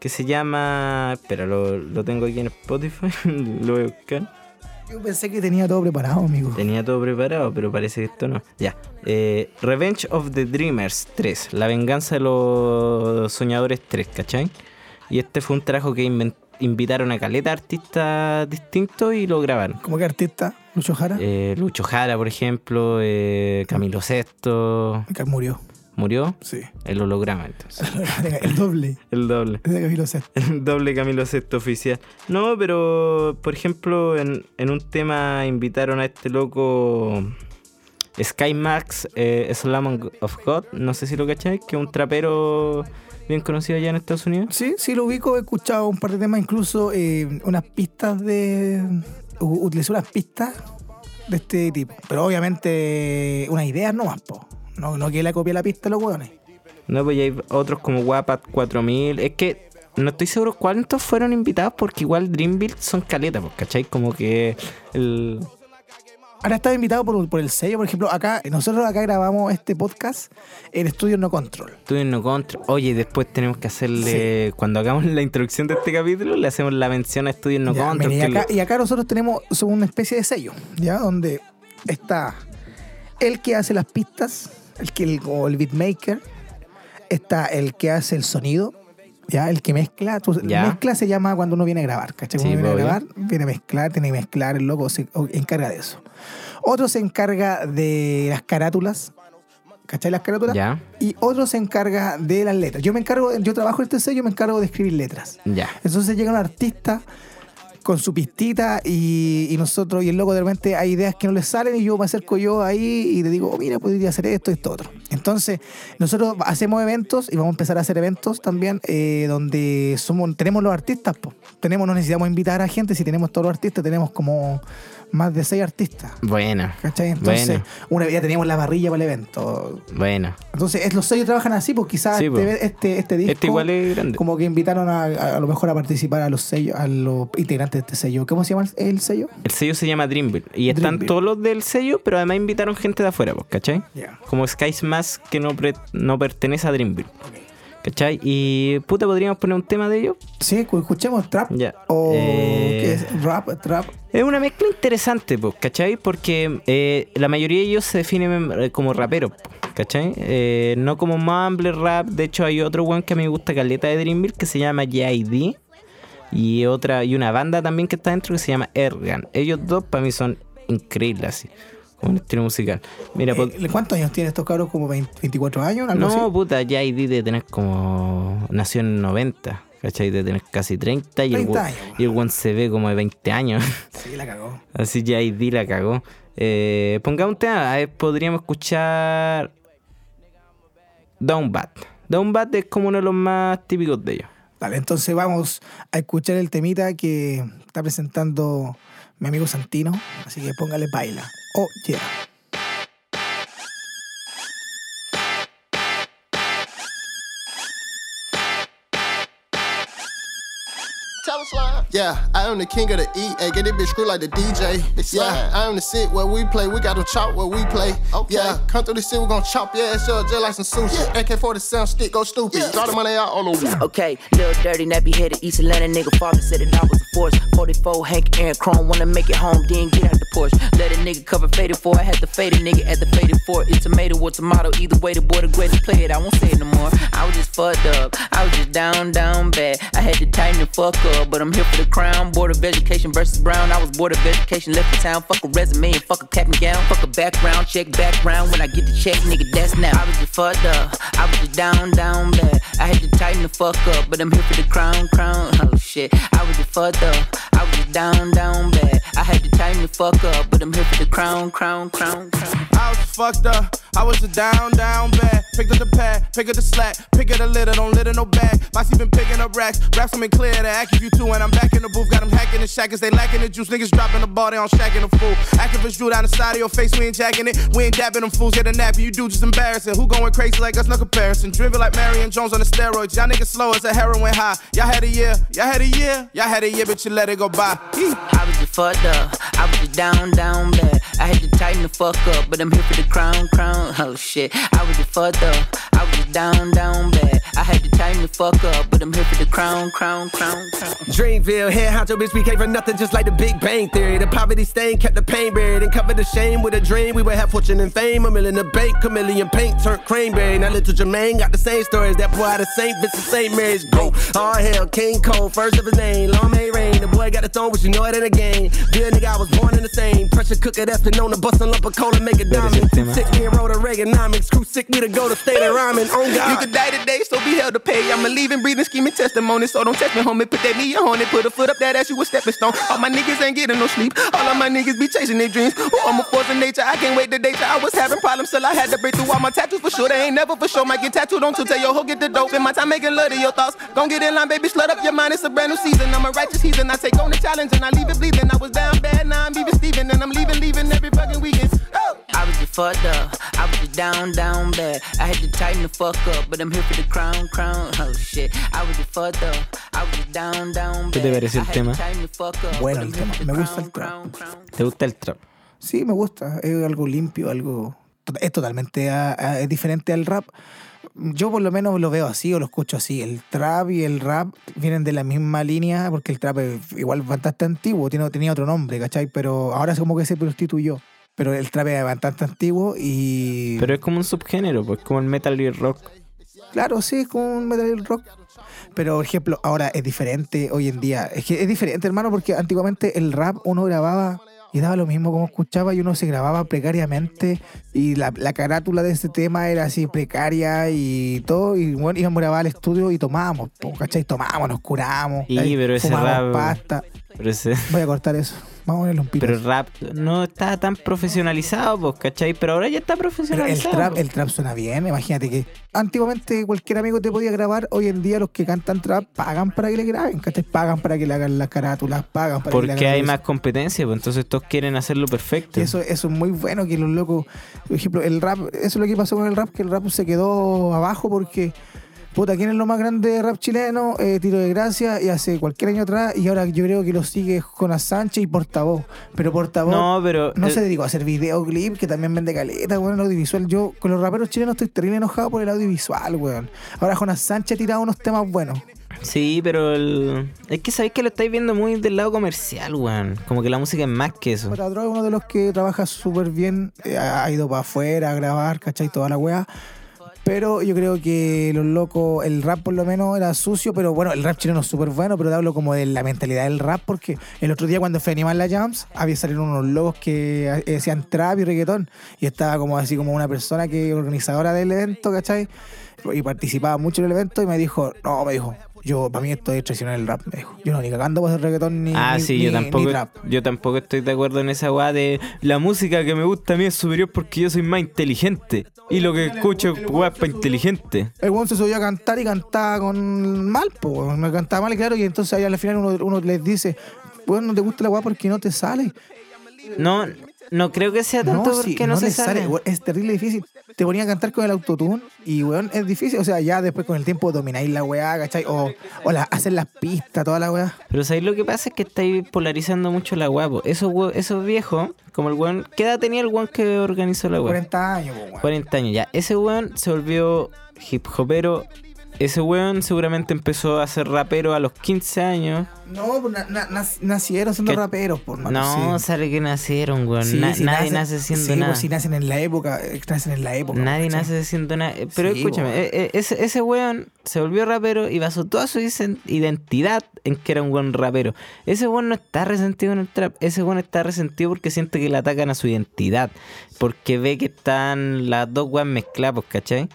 Que se llama. Espera, lo, lo tengo aquí en Spotify. lo voy a buscar.
Yo pensé que tenía todo preparado, amigo.
Tenía todo preparado, pero parece que esto no. Ya. Eh, Revenge of the Dreamers 3. La venganza de los soñadores 3, ¿cachai? Y este fue un trajo que inven- invitaron a caleta artistas distintos y lo grabaron.
¿Cómo que artista? Lucho Jara.
Eh, Lucho Jara, por ejemplo, eh, Camilo Sesto,
Que murió.
murió.
Sí.
El holograma, entonces.
el doble.
El doble.
Ese Camilo Sesto.
El doble Camilo Sexto oficial. No, pero por ejemplo, en, en un tema invitaron a este loco Sky Max eh, Slam of God. No sé si lo cacháis, que es un trapero bien conocido allá en Estados Unidos.
Sí, sí, lo ubico. He escuchado un par de temas, incluso eh, unas pistas de. u- Utilizó unas pistas de este tipo. Pero obviamente, unas ideas nomás, po. No, no que le copie la pista a los hueones.
No, pues y hay otros como Wapat 4000. Es que no estoy seguro cuántos fueron invitados porque igual Dreamville son caletas, pues, ¿cachai? Como que el.
Ahora estaba invitado por, por el sello, por ejemplo, acá, nosotros acá grabamos este podcast en Estudio No Control.
Tú en no contra. Oye, después tenemos que hacerle. Cuando hagamos la introducción de este capítulo, le hacemos la mención a Estudio en no
Ya,
contra.
mira, y,
que
acá,
lo-
y acá nosotros tenemos somos una especie de sello, ¿ya? Donde está el que hace las pistas, el que el, o el beatmaker, está el que hace el sonido, ¿ya? El que mezcla. Tú-
Ya.
Mezcla se llama cuando uno viene a grabar, ¿cachai?
Sí,
Cuando uno viene
obvio.
a grabar, viene a mezclar, tiene que mezclar, el loco se o- encarga de eso. Otro se encarga de las carátulas, ¿cachai? Las carátulas.
Ya,
Y otro se encarga de las letras. Yo me encargo, yo trabajo en este sello, me encargo de escribir letras.
ya.
Entonces llega un artista con su pistita y, y nosotros y el loco de repente hay ideas que no le salen y yo me acerco yo ahí y le digo, "Oh, mira, podría hacer esto, esto, otro. Entonces, nosotros hacemos eventos y vamos a empezar a hacer eventos también eh, donde somos tenemos los artistas, po. tenemos no necesitamos invitar a gente, si tenemos todos los artistas, tenemos como más de seis artistas.
Bueno,
¿Cachai? Entonces,
Bueno.
una vez ya teníamos la barrilla para el evento.
bueno.
Entonces, es- los sellos trabajan así, pues quizás
Sí,
este,
po.
este, este disco.
Este igual es grande.
Como que invitaron a, a, a lo mejor a participar a los sellos, a los integrantes de este sello. ¿Cómo se llama el, el sello?
El sello se llama Dreamville. Y están
Dreamville.
todos los del sello, pero además invitaron gente de afuera, pues, ¿cachai? Como Sky Smash que no, pre- no pertenece a Dreamville. ¿Cachai? Y puta, podríamos poner un tema de ellos.
Sí, escu- escuchemos trap.
Ya.
O
Eh.
¿qué es? rap, trap.
Es una mezcla interesante, po, ¿cachai? Porque eh, la mayoría de ellos se definen eh, como raperos, po, ¿cachai? Eh, no como mumble rap. De hecho, hay otro weón que a mí me gusta caleta de Dreamville que se llama JID. Y otra, y una banda también que está dentro que se llama Ergan. Ellos dos para mí son increíbles así. Como un estilo musical. Mira, po-
Eh, ¿Cuántos años tienen estos cabros? ¿Como 20 24 años? Algo
no,
así?
puta, JID de tener como. Nació en 90, ¿cachai? De tener casi 30 y el
30
weón-
años,
y el weón se ve como de 20 años.
Sí, la cagó.
Así ya ID la cagó. Eh, pongamos un tema, a ver, podríamos escuchar Downbat. Downbat es como uno de los más típicos de ellos.
Vale, entonces vamos a escuchar el temita que está presentando mi amigo Santino. Así que póngale baila. Oh, yeah.
Yeah, I am the king of the E. Hey, get this bitch screwed like the DJ. Yeah, I am the sit where we play. We got to chop where we play. Okay. Yeah, come through the city, we gon' chop your ass up just like some sushi. AK 47 stick, go stupid. Draw the money out all over.
Okay, Lil Dirty, nappy headed East Atlanta nigga. Father said that I was a force. 44, Hank Aaron Chrome, wanna make it home, then get out the Porsche. Let a nigga cover faded four. I had to fade a nigga at the faded four. It's tomato or tomato, either way, the boy the greatest player. I won't say it no more. I was just fucked up, I was just down, down bad. I had to tighten the fuck up. world, but I'm here for the crown. Board of Education versus Brown. I was bored of education, left the town. Fuck a resume and fuck a cap and gown. Fuck a background check, background. When I get the check, nigga, that's now. I was just fucked up. I was just down, down bad. I had to tighten the fuck up, but I'm here for the crown, crown. Oh shit, I was just fucked up. I was just down, down bad. I had to tighten the fuck up, but I'm here for the crown, crown, crown, crown.
I was fucked up. I was a down, down bad. Picked up the pad, pick up the slack, pick up the litter, don't litter no bag. Bossy been picking up racks, raps them in clear to act if you two, and I'm back in the booth. Got them hacking the shackers, they lacking the juice. Niggas dropping the ball, they on shacking the fool. Activists drew down the side of your face, we ain't jacking it. We ain't dabbing them fools, get a nap, you do just embarrassing. Who going crazy like us, no comparison. Driven like Marion Jones on the steroids, y'all niggas slow as a heroin high. Y'all had a year, y'all had a year, y'all had a year, but you let it go by. Yee.
I was just fucked up. I was just down, down bad. I had to tighten the fuck up, but I'm here for the crown, crown. Oh shit, I was just fucked up. I was just down, down bad. I had to tighten the fuck up, but I'm here for the crown, crown, crown, crown.
Dreamville, head honcho, bitch, we came from nothing just like the Big Bang Theory. The poverty stain kept the pain buried and covered the shame with a dream. We would have fortune and fame, a million in the bank, chameleon paint turned cranberry. Now little Jermaine got the same stories, that boy out of St. Vincent, St. Mary's, bro. All hell, King Cole, first of his name, long may reign. The boy got the throne, but you know it ain't a game. Good nigga, I was born in the same. Pressure cooker that's been known to bust a lump of coal and make a diamond.
tema.
Sick me and roll the Reaganomics, crew sick me to go to state of rhyming. On
You
God.
could die today, so be held to pay. I'm a leaving, breathing, scheming testimony. So don't test me, homie. Put that knee on it. Put a foot up that ass, you a stepping stone. All my niggas ain't getting no sleep. All of my niggas be chasing their dreams. Ooh, I'm a force of nature. I can't wait to date ya. I was having problems till I had to break through all my tattoos for sure. They ain't never for sure. Might get tattooed on to tell your hoe get the dope. In my time making love to your thoughts. Gon' get in line, baby. Slut up your mind. It's a brand new season. I'm a righteous heathen. I take on the challenge and I leave it bleeding. I was down bad, now I'm even Steven. And I'm leaving, leaving every fucking weekend. Oh.
I was just fucked up. I was just down, down bad. I had to tighten the fuck up, but I'm here for the crown, crown. Oh shit. I was just fucked up. I was just down, down
¿Qué
bad.
te pareció el
I had to
tema?
tighten the fuck up,
Bueno,
but
el
I'm
tema.
here for the
Me gusta el
crown, crown, crown.
¿Te gusta el trap?
Sí, me gusta. Es algo limpio, algo. to- Es totalmente a- a- es diferente al rap. Yo por lo menos lo veo así o lo escucho así. El trap y el rap vienen de la misma línea porque el trap es igual bastante antiguo, tiene, tenía otro nombre, ¿cachai? Pero ahora es como que se prostituyó. Pero el trap es bastante antiguo y...
Pero es como un subgénero, pues como el metal y el rock.
Claro, sí, es como un metal rock. Pero, por ejemplo, ahora es diferente hoy en día. Es que es diferente, hermano, porque antiguamente el rap uno grababa y daba lo mismo como escuchaba y uno se grababa precariamente y la, la carátula de ese tema era así precaria y todo. Y bueno, íbamos a grabar al estudio y tomábamos, po, ¿cachai? Tomábamos, nos curamos.
Y,
ahí
pero ese
fumábamos
rap-
pasta.
Pero ese...
Voy a cortar eso. Vamos a ponerle un pito.
Pero el rap no está tan profesionalizado, pues, ¿cachai? Pero ahora ya está
Pero el
profesionalizado.
trap,
pues.
el trap suena bien, imagínate que antiguamente cualquier amigo te podía grabar, hoy en día los que cantan trap pagan para que le graben, ¿cachai? Pagan para que le hagan las carátulas, pagan para que le
Porque
hagan
hay
eso.
más competencia, pues entonces todos quieren hacerlo perfecto.
Y Eso, eso es muy bueno que los locos, por ejemplo, el rap, eso es lo que pasó con el rap, que el rap se quedó abajo porque, puta, ¿quién es lo más grande de rap chileno? Eh, Tiro de Gracia y hace cualquier año atrás y ahora yo creo que lo sigue con Sánchez y Portavoz, pero Portavoz...
no, pero
No
eh,
se dedicó a hacer videoclip, que también vende caleta, weón, el audiovisual. Yo con los raperos chilenos estoy terrible enojado por el audiovisual, weón. Ahora Jonas Sánchez ha tirado unos temas buenos.
Sí, pero el... es que sabéis que lo estáis viendo muy del lado comercial, weón. Como que la música es más que eso.
Para es uno de los que trabaja súper bien, eh, ha ido para afuera a grabar, ¿cachai? Toda la weá. Pero yo creo que los locos, el rap por lo menos era sucio, pero bueno, el rap chileno es súper bueno, pero te hablo como de la mentalidad del rap, porque el otro día cuando fue a animar la Jams, había salido unos locos que eh, decían trap y reggaetón, y estaba como así como una persona que organizadora del evento, ¿cachai? Y participaba mucho en el evento y me dijo, no, me dijo, yo para mí esto es traicionar el rap, me dijo. Yo no, ni cagando voy a hacer reggaetón ni,
Ah,
ni-
sí,
ni-
yo
ni
tampoco,
trap.
yo tampoco estoy de acuerdo en esa weá de la música que me gusta a mí es superior porque yo soy más inteligente. Y lo que escucho weá es para inteligente.
El weón se subió a cantar y cantaba con mal, pues, me cantaba mal, claro, y entonces ahí al final uno, uno les dice, bueno, no te gusta la weá porque no te sale.
No, no creo que sea tanto
no,
porque
sí,
no, se
le
sale.
weón, es terrible difícil. Te ponía a cantar con el autotune y, weón, es difícil. O sea, ya después con el tiempo domináis la weá, ¿cachai? O, o la- hacer las pistas, toda la weá.
Pero ¿sabéis lo que pasa? Es que estáis polarizando mucho la guapo. Esos, hue- esos viejos, como el weón... ¿Qué edad tenía el weón que organizó la weá?
40 años, po, weón.
40 años ya. Ese weón se volvió hip hopero Ese weón seguramente empezó a ser rapero a los 15 años.
No, pues na- na- nac- nacieron siendo
¿Qué?
raperos, por mano,
no,
sí.
sale que nacieron, weón.
Sí,
Na-
si
nadie
nacen-
nace siendo
sí, pues,
nada.
si nacen en la época, eh, nacen en la época.
Nadie
¿cachai?
nace siendo nada. Eh, Pero
Sí,
escúchame,
bo.
eh, eh, ese, ese weón se volvió rapero y basó toda su isen- identidad en que era un buen rapero. Ese weón no está resentido en el trap. Ese weón está resentido porque siente que le atacan a su identidad. Porque ve que están las dos weas mezcladas, pues, ¿cachai?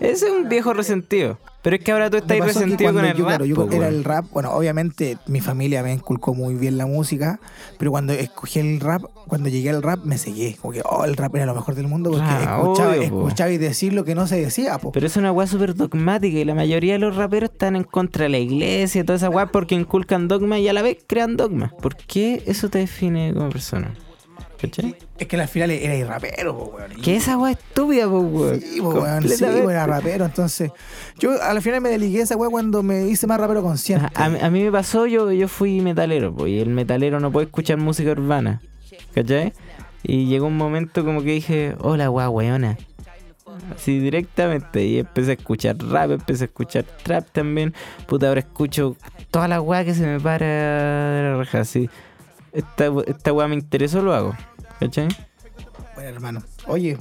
Ese es un viejo resentido. Pero es que ahora tú
Me
estás
pasó que
resentido con
cuando
el
yo,
rap.
claro, yo
pues,
era
weón.
el rap, bueno, obviamente mi familia me inculcó muy bien la música, pero cuando escogí el rap, cuando llegué al rap, me seguí. Como que, oh, el rap era lo mejor del mundo porque
Ah,
escuchaba,
obvio, po.
escuchaba y decir lo que no se decía, po.
Pero es una weá súper dogmática y la mayoría de los raperos están en contra de la iglesia y toda esa weá porque inculcan dogma y a la vez crean dogma. ¿Por qué eso te define como persona? ¿Cachai?
Es que al final era rapero, po, weón. Y-
Que esa weá estúpida, po, weón.
Sí, po, weón, sí,
Completamente.
po, era rapero. Entonces, yo al final me deligué esa weá cuando me hice más rapero consciente.
A, a- a mí me pasó, yo, yo fui metalero, po, y el metalero no puede escuchar música urbana. ¿Cachai? Y llegó un momento como que dije, hola guau, weona. Así directamente. Y empecé a escuchar rap, empecé a escuchar trap también. Puta, ahora escucho toda la weá que se me para de la raja. Así, esta, esta weá me interesó, lo hago. ¿Cachai?
Bueno, hermano. Oye,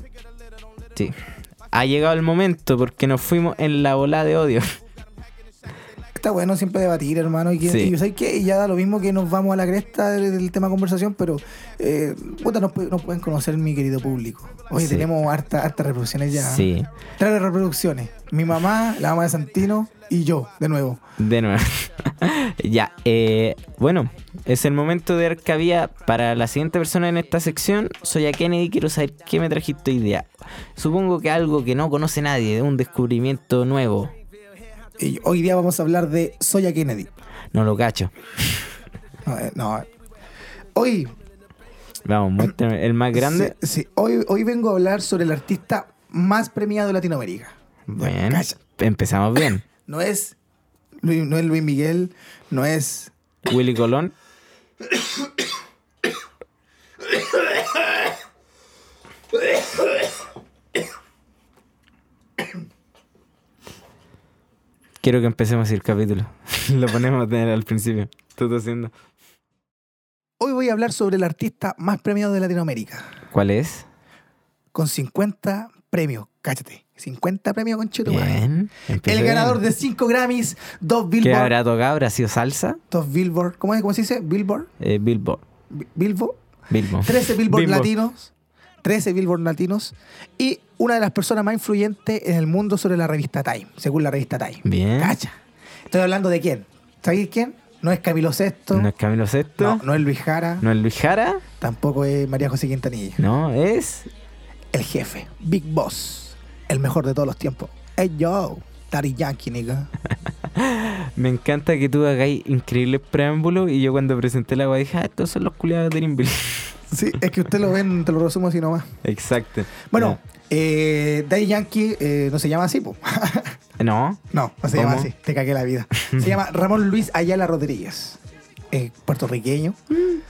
Sí. Ha llegado el momento porque nos fuimos en la ola de odio.
Está bueno siempre debatir, hermano. Y, que,
Sí.
y ¿sabes qué? Y ya da lo mismo que nos vamos a la cresta del, del tema de conversación, pero eh, puta, nos, pu- nos pueden conocer, mi querido público. Oye,
Sí.
tenemos harta- hartas reproducciones ya.
Sí.
Tres reproducciones. Mi mamá, la mamá de Santino y yo, de nuevo.
De nuevo. ya, eh, bueno, es el momento de Arcavía para la siguiente persona en esta sección. Soy a Kennedy, quiero saber qué me trajiste hoy día. Supongo que algo que no conoce nadie, un descubrimiento nuevo.
Y hoy día vamos a hablar de Soya Kennedy.
No lo cacho.
No, eh, no. Hoy.
Vamos, muéstrame. El más grande.
Sí, sí. hoy, hoy vengo a hablar sobre el artista más premiado de Latinoamérica.
Bueno,
Cacha.
empezamos bien.
No es, Luis- no es Luis Miguel, no es
Willy Colón. Quiero que empecemos el capítulo. Lo ponemos a tener al principio. Tú estás haciendo.
Hoy voy a hablar sobre el artista más premiado de Latinoamérica,
¿Cuál es?
con 50 premios, cáchate, 50 premios con
Bien. Empieza
El ganador
bien.
de 5 Grammys, 2
¿Qué
Billboard,
habrá tocado? ¿Habrá sido salsa?
2 Billboard, ¿cómo, es? ¿Cómo se dice? Billboard,
Eh, Billboard.
Bi- Billboard,
Billboard.
13 Billboard
Billboard.
latinos, 13 Billboard latinos y una de las personas más influyentes en el mundo sobre la revista Time, según la revista Time.
Bien.
Cacha. Estoy hablando de quién? ¿Sabéis quién? No es Camilo Sesto,
No
no,
es Camilo Sesto.
no es Luis Jara,
No es Luis Jara.
tampoco es María José Quintanilla.
No, es.
el jefe, Big Boss, el mejor de todos los tiempos. Hey yo, Daddy Yankee, nigga.
Me encanta que tú hagáis increíbles preámbulos y yo cuando presenté la agua dije, ah, estos son los culiados de Greenville.
Sí, es que usted lo ven, te lo resumo así nomás.
Exacto.
Bueno, eh, Daddy Yankee eh, no se llama así, po.
Ya. No,
no, no se
¿Cómo?
llama así, te cagué la vida. Se llama Ramón Luis Ayala Rodríguez, eh, puertorriqueño.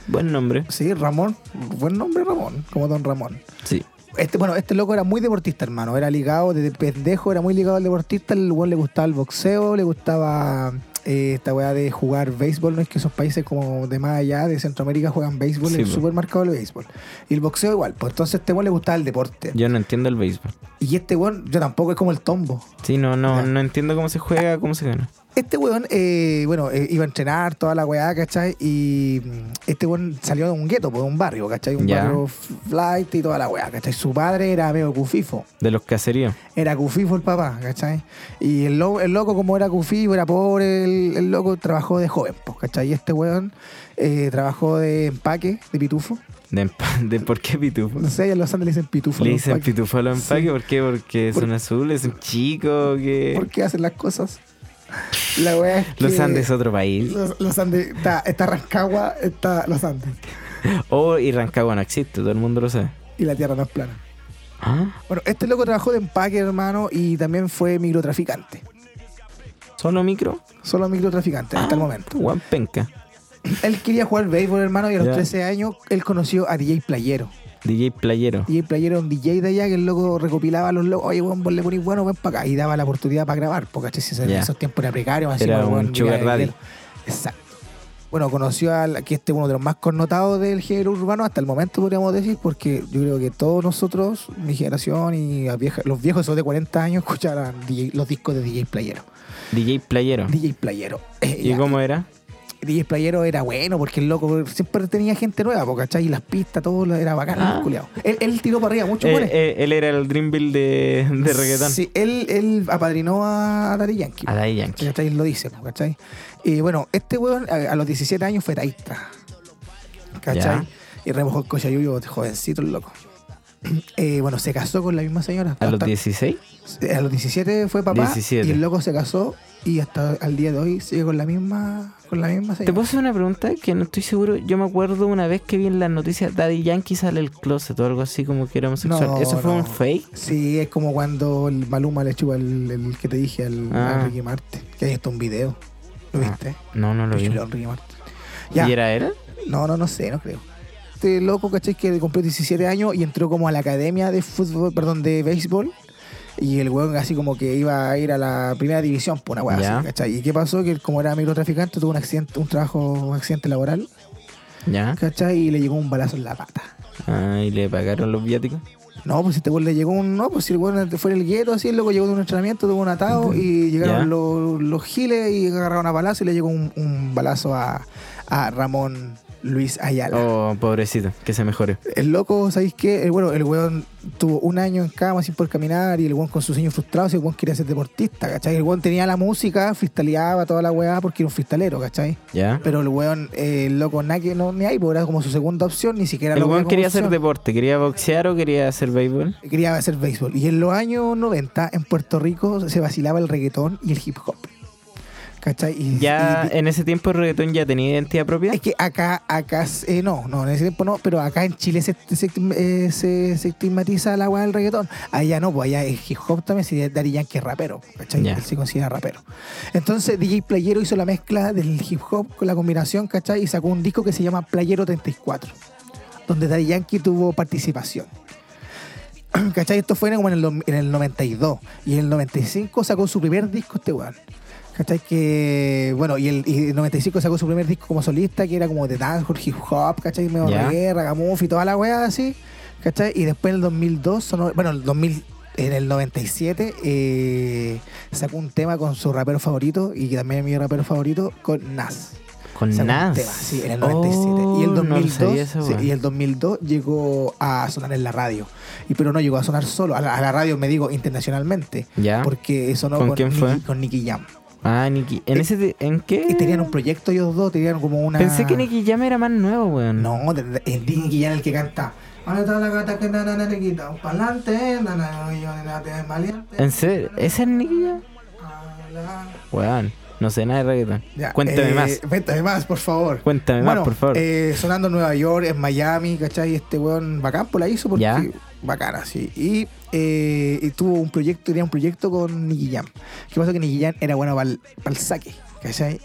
buen nombre.
Sí, Ramón, buen nombre Ramón, como Don Ramón.
Sí.
Este, bueno, este loco era muy deportista, hermano. Era ligado desde pendejo, era muy ligado al deportista. El weón le gustaba el boxeo, le gustaba eh, esta weá de jugar béisbol. No es que esos países como de más allá de Centroamérica juegan béisbol,
Sí,
es
po.
súper marcado el béisbol. Y el boxeo igual. Pues entonces este weón le gustaba el deporte.
Yo no entiendo el béisbol.
Y este weón, yo tampoco es como el tombo.
Sí, no, no,
Ya.
no entiendo cómo se juega, cómo se gana.
Este weón, eh, bueno, eh, iba a entrenar toda la weá, ¿cachai? Y mm, este weón salió de un gueto, pues, de un barrio, ¿cachai? Un
Ya.
barrio flight y toda la weá, ¿cachai? Su padre era medio cufifo.
De los caseríos.
era cufifo el papá, ¿cachai? Y el, lo- el loco, como era cufifo, era pobre, el, el loco trabajó de joven, pues, ¿cachai? Y este weón eh, trabajó de empaque, de pitufo.
De, empa- de por qué pitufo.
No sé, allá en Los Andes le dicen pitufo. a
Le
los
dicen
empaques.
pitufo a los empaques, ¿por qué? Porque
Por-
son azules, son chicos, que.
¿Por qué hacen las cosas? La weá es
Los
que-
Andes, otro país.
Los, los Andes, está, está Rancagua, está Los Andes.
Oh, y Rancagua no existe, todo el mundo lo sabe.
Y la tierra no es plana.
Ah,
Bueno, este loco trabajó de empaque, hermano, y también fue microtraficante.
solo micro.
Solo microtraficante hasta
Ah.
el momento.
Juan Penca.
Él quería jugar béisbol, hermano, y a los
Ya.
13 años él conoció a DJ Playero.
DJ Playero.
Y el playero era un DJ de allá que el loco recopilaba a los locos. Oye, weón, vos le ponís bueno, ven para acá. Y daba la oportunidad para grabar. Porque ¿cachai? Si se-
Ya.
esos tiempos eran precarios. Así,
Era
como,
un
weón,
sugar
mira,
daddy.
él- Exacto. Bueno, conoció al que este es uno de los más connotados del género urbano hasta el momento, podríamos decir, porque yo creo que todos nosotros, mi generación y las viejas- los viejos, esos de 40 años, escucharan DJ los discos de DJ Playero.
DJ Playero.
DJ Playero. Eh,
Ah. ¿Y
ya.
cómo era?
DJ Playero era bueno porque el loco siempre tenía gente nueva, po, ¿cachai? Y las pistas, todo lo- era bacán,
Ah.
el culiao. Él, él tiró para arriba mucho,
Eh,
goles.
eh, él era el Dreamville de, de reggaetón.
Sí, él, él apadrinó a Daddy Yankee.
A Daddy Yankee.
¿Cachai? Lo dice, po, ¿cachai? Y bueno, este weón a, a los 17 años fue taísta. ¿Cachai?
Ya.
Y remojó el cochayuyo jovencito, el loco. Eh, bueno, se casó con la misma señora.
¿A los
Hasta-
16?
eh, A los 17 fue papá
17.
y el loco se casó y hasta al día de hoy sigue con la misma, con la misma
¿Te
señora.
puedo hacer una pregunta que no estoy seguro? Yo me acuerdo una vez que vi en las noticias Daddy Yankee sale el closet o algo así como que era homosexual.
No,
¿Eso fue
no.
un fake?
Sí, es como cuando el Maluma le chupa el, el que te dije al
Ah.
a Ricky Martin. Que hay hasta un video. ¿Lo viste?
No, no lo
Le
vi.
chupó a Ricky Martin. Ya.
¿Y era él?
No, no, no sé, no creo. Este loco, ¿cachai? Que cumplió 17 años y entró como a la academia de fútbol, perdón, de béisbol. Y el weón así como que iba a ir a la primera división, por una weá
Ya.
así, ¿cachai? ¿Y qué pasó? Que él, como era microtraficante, tuvo un accidente, un trabajo, un accidente laboral,
Ya.
¿cachai? Y le llegó un balazo en la pata.
Ah, y le pagaron los viáticos.
No, pues este weón le llegó un. No, pues si el weón fue el guero, así, el loco llegó de un entrenamiento, tuvo un atado y
Ya.
llegaron los, los giles y agarraron a balazo y le llegó un, un balazo a, a Ramón Luis Ayala.
Oh, pobrecito, que se mejore.
El loco, ¿sabéis qué? El, bueno, el weón tuvo un año en cama sin poder caminar y el weón con sus sueños frustrados, el weón quería ser deportista, ¿cachai? El weón tenía la música, freestyleaba toda la weá porque era un freestalero, ¿cachai?
¿Ya?
Pero el weón, eh, el loco, nada que no, ni ahí, porque era como su segunda opción, ni siquiera
El
lo
weón
como
quería hacer
opción.
deporte, quería boxear o quería hacer béisbol.
Quería hacer béisbol. Y en los años 90, en Puerto Rico, se vacilaba el reggaetón y el hip hop, ¿cachai? Y,
Ya
y-
en ese tiempo el reggaetón ya tenía identidad propia.
Es que acá, acá, eh, no, no, en ese tiempo no, pero acá en Chile se, se, eh, se- se estigmatiza la weá del reggaetón. Allá no, pues allá el hip hop también, si Daddy Yankee es rapero, ¿cachai?
Ya.
Él se considera rapero. Entonces DJ Playero hizo la mezcla del hip hop con la combinación, ¿cachai? Y sacó un disco que se llama Playero 34, donde Daddy Yankee tuvo participación. ¿Cachai? Esto fue en- como en el, dos- en el 92. Y en el 95 sacó su primer disco este weón. ¿Cachai? Que, bueno, y el, y el 95 sacó su primer disco como solista, que era como de dancehall, hip hop, ¿cachai? Medio
Ya.
reggae, ragamuffin y toda la weá así, ¿cachai? Y después en el 2002, sonó- bueno, el 2000, en el 97, eh, sacó un tema con su rapero favorito, y que también es mi rapero favorito, con Nas.
Con
Sacó un
Nas.
tema, sí, en el
Oh,
97. y,
no
el
lo
2002,
sabía esa
sí,
weá.
y el 2002 llegó a sonar en la radio. Y, pero no llegó a sonar solo, a la, a la radio me digo internacionalmente.
Ya.
Porque sonó
¿Con
con,
quién
Nicky-
fue?
con Nicky Jam.
Ah, Nicky. ¿En,
Eh,
ese ti- ¿en qué?
Y tenían un proyecto ellos dos, tenían como una...
Pensé que Nicky Jam era más nuevo, weón.
No, de- de- es Nicky Jam el que canta. Ahora está la gata que na, na, na, le quita un pa'lante, na, na, yo, na, te maleante,
¿En serio? ¿Ese es Nicky Jam?
ala.
Weón, no sé nada de reggaetón.
Ya,
Cuéntame
eh,
más.
Cuéntame más, por favor.
Cuéntame más, por favor.
eh, sonando en Nueva York, en Miami, ¿cachai? Este weón bacán por la hizo porque
Ya.
bacán así. Y, eh, y tuvo un proyecto, tenía un proyecto con Nicky Jam. ¿Qué pasó? Que Nicky Jam era bueno para el saque, ¿cachai?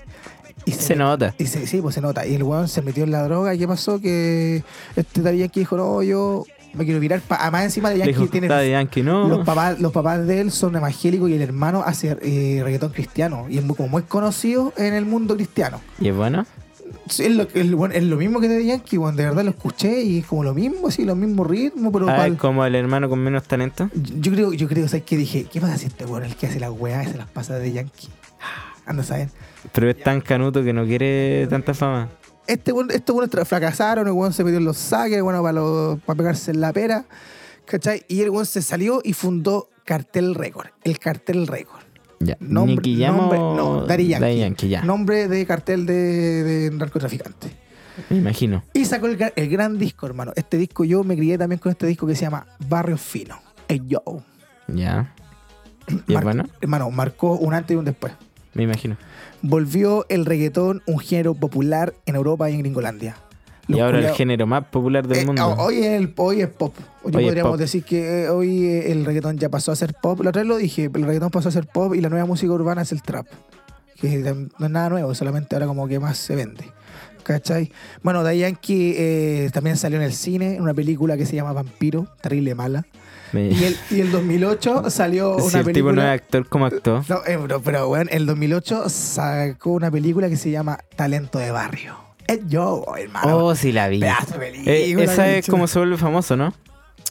Y
Se nota.
eh, Y se- sí, pues se nota. Y el weón se metió en la droga. ¿Y qué pasó? Que este Daddy Yankee dijo, no, yo me quiero virar. Pa Además, encima de
Le
Yankee
dijo,
tiene...
Daddy Yankee, no.
Los papás, los papás de él son evangélicos y el hermano hace eh, reggaetón cristiano. Y es muy, como muy conocido en el mundo cristiano.
¿Y es bueno?
Sí, es, lo, es lo- bueno, es lo mismo que Daddy Yankee, bueno, de verdad lo escuché y es como lo mismo, sí, lo mismo ritmo, pero
Ah,
pa'l-
es como el hermano con menos talento.
yo creo, yo creo, ¿sabes qué? Dije, ¿qué pasa si este weón es el que hace las weas y se las pasa de Yankee? Ah, Anda, ¿saben?
Pero es tan canuto que no quiere tanta fama.
Este weón, estos weones tra- fracasaron, el weón se metió en los saques, bueno, para, los- para pegarse en la pera, ¿cachai? Y el weón se salió y fundó Cartel Record, el Cartel Record.
Ya.
Nombre,
Nicky Jam
nombre-
o
no, Daddy Yankee.
ya.
Nombre de cartel de, de narcotraficante.
Me imagino.
Y sacó el, gra- el gran disco, hermano. Este disco yo me crié también con este disco que se llama Barrio Fino. El Yo.
Ya. ¿Y es
Mar-
bueno?
Hermano, marcó un antes y un después.
Me imagino.
Volvió el reggaetón un género popular en Europa y en Gringolandia. Los
y ahora el
culiao-
género más popular del
Eh,
mundo.
ho- hoy, es el, hoy es pop. Hoy
Hoy es
podríamos
pop.
decir que eh, hoy eh, el reggaetón ya pasó a ser pop. La otra vez lo dije, el reggaetón pasó a ser pop y la nueva música urbana es el trap. Que tam- no es nada nuevo, solamente ahora como que más se vende. ¿Cachai? Bueno, Daddy Yankee eh, también salió en el cine, en una película que se llama Vampiro, terrible mala.
Me-
Y el, y el 2008 salió
si
una
el tipo no es
película...
actor, como actuó?
No, eh, bro, pero bueno, el 2008 sacó una película que se llama Talento de Barrio. Es yo, hermano.
Oh, sí la vi.
Ah, Pedazo de
Eh,
película,
esa es
bicho.
como se vuelve famoso, ¿no?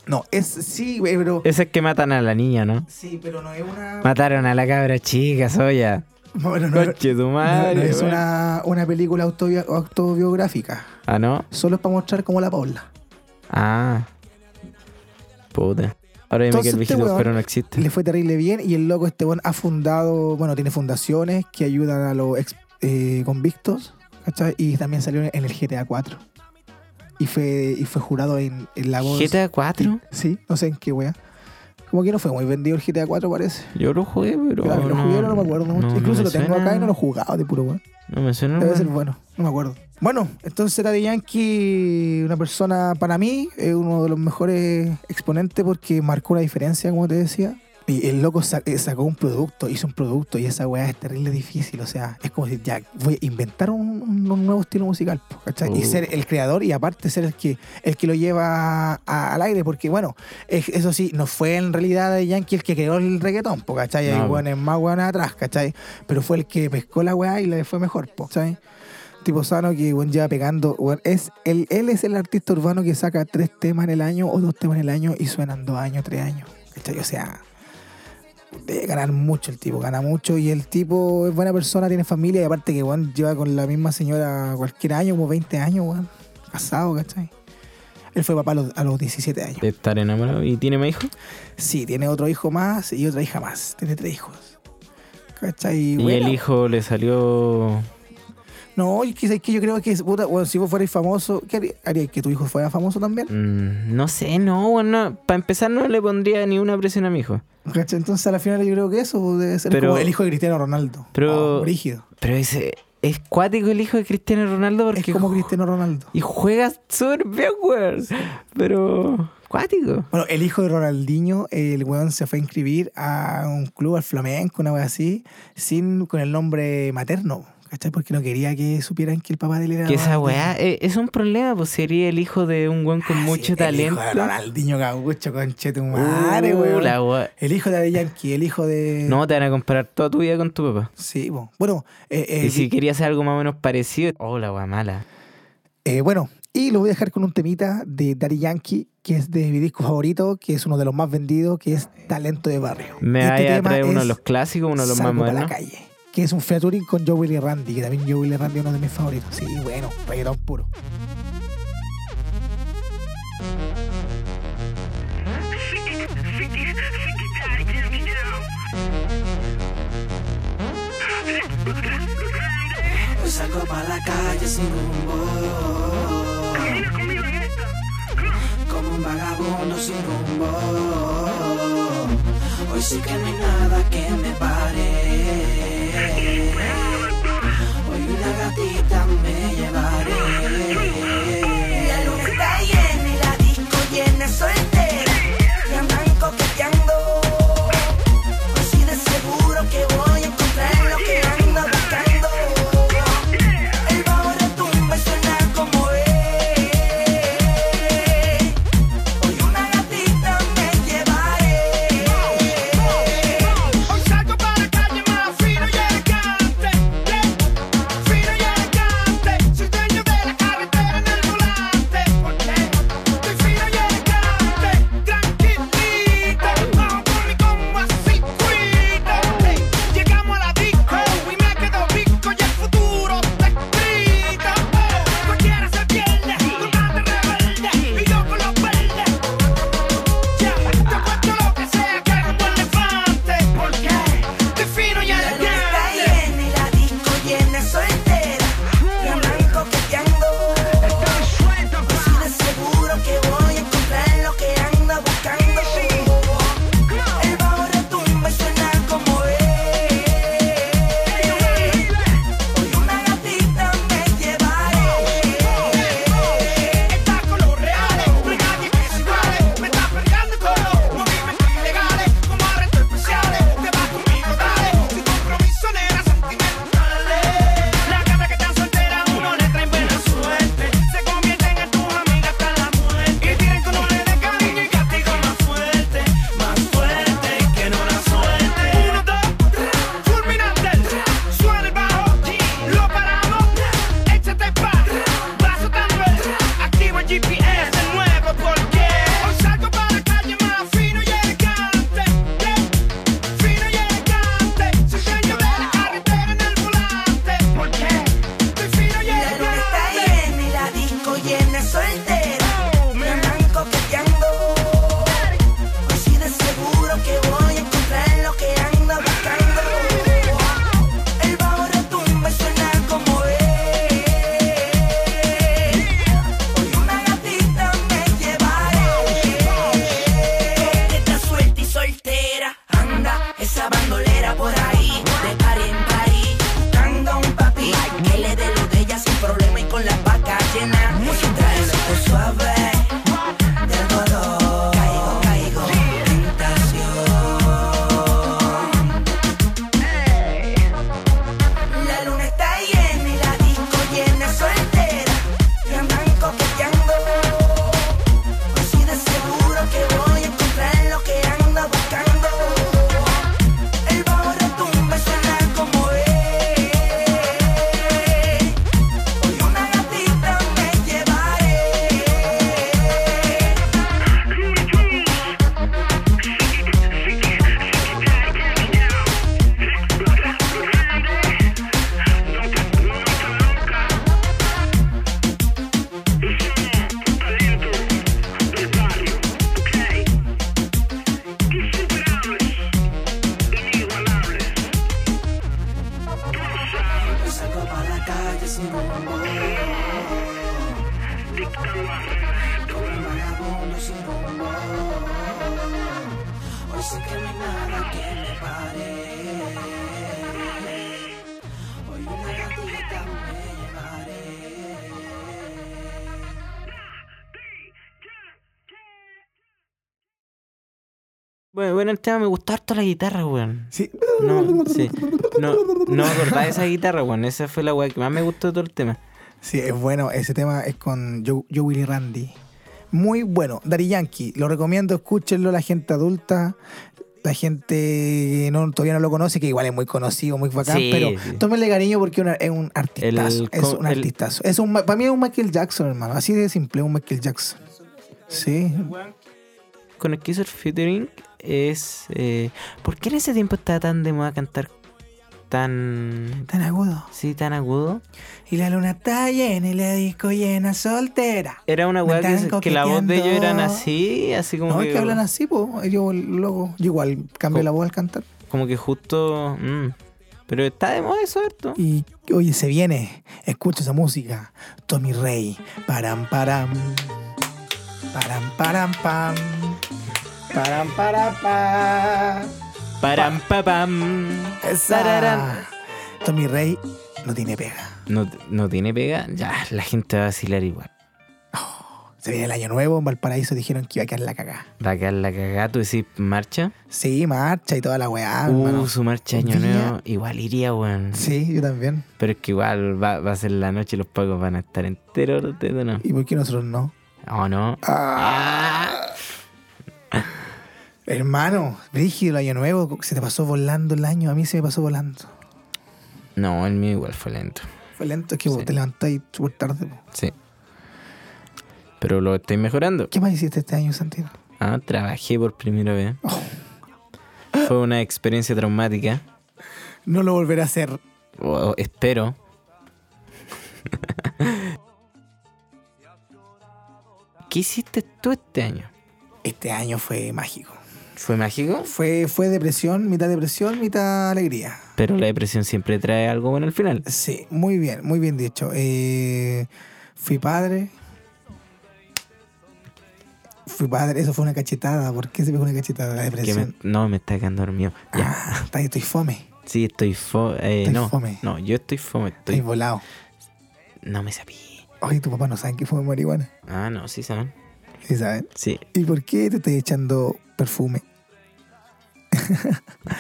No, es sí, güey, bro.
Esa es que matan a la niña, ¿no?
Sí, pero no es una.
Mataron a la cabra chica, soya.
Bueno, no,
Coche tu
no-
madre.
no es
weón.
una, una película autobio- autobiográfica.
Ah, ¿no?
Solo es para mostrar cómo la Paula.
Ah. Puta. Ahora dime que
Entonces,
el
este
viejito
weón
pero no existe.
Le fue terrible bien y el loco este weón ha fundado, bueno, tiene fundaciones que ayudan a los ex- eh, convictos, ¿cachai? Y también salió en el GTA 4. Y fue, y fue jurado en, en la voz.
GTA 4?
Sí, no sé en qué wea. Como que no fue muy vendido el GTA 4 parece.
Yo lo jugué, pero.
Claro, lo jugué, no me acuerdo mucho.
no
Incluso
me
lo tengo
suena-
acá y no lo he jugado de puro weón.
No me suena.
Debe
weón.
ser bueno, no me acuerdo. Bueno, entonces Daddy Yankee, una persona para mí, es uno de los mejores exponentes porque marcó una diferencia, como te decía. Y el loco sa- eh, sacó un producto, hizo un producto y esa weá es terrible difícil. O sea, es como si ya voy a inventar un, un- un nuevo estilo musical, po, ¿cachai? Y
Uh.
ser el creador y aparte ser el que, el que lo lleva a- al aire, porque bueno, es- eso sí, no fue en realidad Daddy Yankee el que creó el reggaetón, po, ¿cachai?
No,
Hay
po.
weones más weones atrás, ¿cachai? Pero fue el que pescó la weá y le fue mejor, po, ¿cachai? Tipo Sano que bueno, lleva pegando. weón. es el, él es el artista urbano que saca tres temas en el año o dos temas en el año y suenan dos años, tres años. ¿Cachai? O sea, debe ganar mucho el tipo, gana mucho y el tipo es buena persona, tiene familia y aparte que bueno, lleva con la misma señora cualquier año, como 20 años, weón. casado, ¿cachai? Él fue papá a los, a los 17 años.
De estar enamorado. ¿Y tiene más hijos?
Sí, tiene otro hijo más y otra hija más. Tiene tres hijos. ¿Cachai?
Y,
Bueno,
el hijo le salió.
No, y quizás que yo creo que puta, bueno, si vos fueras famoso, ¿qué haría- haría? ¿Que tu hijo fuera famoso también?
Mm, no sé, no, bueno. Para empezar, no le pondría ni una presión a mi hijo.
¿Cachai? Entonces al final yo creo que eso pues, debe ser
Pero-
como el hijo de Cristiano Ronaldo.
pero-
Oh, brígido.
Pero ese. Es cuático el hijo de Cristiano Ronaldo porque.
Es como Cristiano Ronaldo.
Y juega súper bien, weón. Pero. Cuático.
Bueno, el hijo de Ronaldinho, el weón se fue a inscribir a un club, al flamenco, una wea así, sin, con el nombre materno. ¿Cachai? Porque no quería que supieran que el papá de él era.
Que esa
Ronaldinho.
weá eh, es un problema, pues sería el hijo de un weón con
Ah, sí,
mucho talento.
El hijo de Ronaldinho Gaucho, conchetumare,
Uh,
weón.
la weá.
El hijo de Daddy Yankee, el hijo de.
No, te van a comparar toda tu vida con tu papá.
Sí, bo. bueno. eh, eh,
Y si querías hacer algo más o menos parecido, oh, la weá mala.
Eh, bueno, y lo voy a dejar con un temita de Daddy Yankee, que es de mi disco favorito, que es uno de los más vendidos, que es Talento de Barrio.
Me
Y este
vaya a
tema
traer uno de
es
los clásicos, uno de los más
Salgo pa' la
modernos.
calle, que es un featuring con Joe Willy Randy, que también Joe Willy Randy es uno de mis favoritos. Sí, bueno, reggaetón puro.
Salgo para la calle sin rumbo. Como un vagabundo sin rumbo. Hoy sí que no hay nada que me pare. Hoy una gatita me llevaré.
La luz está llena y la disco llena soltera. Me andan coqueteando. Así Pues de seguro que voy a encontrar lo que ando buscando. El bajo retumba y suena como es. Hoy una gatita me llevaré. Hoy salgo
oh,
Pues sé que no hay nada que me pare. Hoy una gatita me llevaré.
Bueno, bueno, el tema me gustó harto la guitarra, weón.
Sí.
No, sí. No, no me acordaba de esa guitarra, weón. Esa fue la weá que más me gustó de todo el tema.
Sí, es bueno. Ese tema es con Joe, Joe Willy Randy. Muy bueno. Dari Yankee. Lo recomiendo. Escúchenlo la gente adulta. La gente que no, todavía no lo conoce, que igual es muy conocido, muy bacán.
Sí,
pero
sí.
tómenle cariño porque una- es un artistazo.
El-
es un
el-
artistazo. Es un, ma- para mí es un Michael Jackson, hermano. Así de simple, un Michael Jackson. Sí.
Con el que hizo el featuring es. eh, ¿Por qué en ese tiempo estaba tan de moda cantar tan.
Tan agudo.
Sí, tan agudo?
Y la luna está llena y la disco llena soltera.
Era una
Me
weá que,
están
que la voz de ellos eran
coqueteando.
así, así como
No,
que.
es que hablan así, po. Yo, loco, yo igual cambié
Co-
la voz al cantar.
Como que justo. mm. Pero está de moda eso, ¿cierto?
Y oye, se viene. Escucha esa música. Tommy Rey. Param, param. Param, param, pam. Param, param, pam.
Param, papam. Sararán.
Esa. Tommy Rey no tiene pega.
No, no tiene pega, ya, la gente va a vacilar igual.
Se viene el año nuevo. En Valparaíso dijeron que iba a quedar la cagada.
Va a quedar la cagada, tú decís marcha.
Sí, marcha y toda la weá.
uh,
Ah, hermano.
su marcha año
Villa-
nuevo, igual iría, weón.
Sí, yo también.
Pero es que igual va, va a ser la noche y los pagos van a estar enteros de no.
¿Y por qué nosotros no?
Oh, no. Ah.
Hermano, brígido el año nuevo. Se te pasó volando el año. A mí se me pasó volando.
No, el mío igual fue lento.
Fue lento, es que vos
Sí.
te levantáis súper tarde. po.
Sí. Pero lo estoy mejorando.
¿Qué más hiciste este año, Santiago?
Ah, trabajé por primera vez. Fue una experiencia traumática.
No lo volveré a hacer.
O- espero. ¿Qué hiciste tú este año?
Este año fue mágico.
¿Fue mágico?
Fue, fue depresión, mitad depresión, mitad alegría.
Pero la depresión siempre trae algo bueno al final.
Sí, muy bien, muy bien dicho. Eh, fui padre. Fui padre, eso fue una cachetada. ¿Por qué se pegó una cachetada? La
Que me-
depresión.
no, me está quedando dormido. Ya.
Ah, está- estoy fome,
Sí, estoy fo eh,
Estoy
no,
fome.
no, yo estoy fome.
estoy
Estoy
volado.
no me sabía.
Oye, tu papá no sabe que fue marihuana.
Ah, no, sí saben.
Sí, saben.
Sí.
¿Y por qué te estoy echando perfume?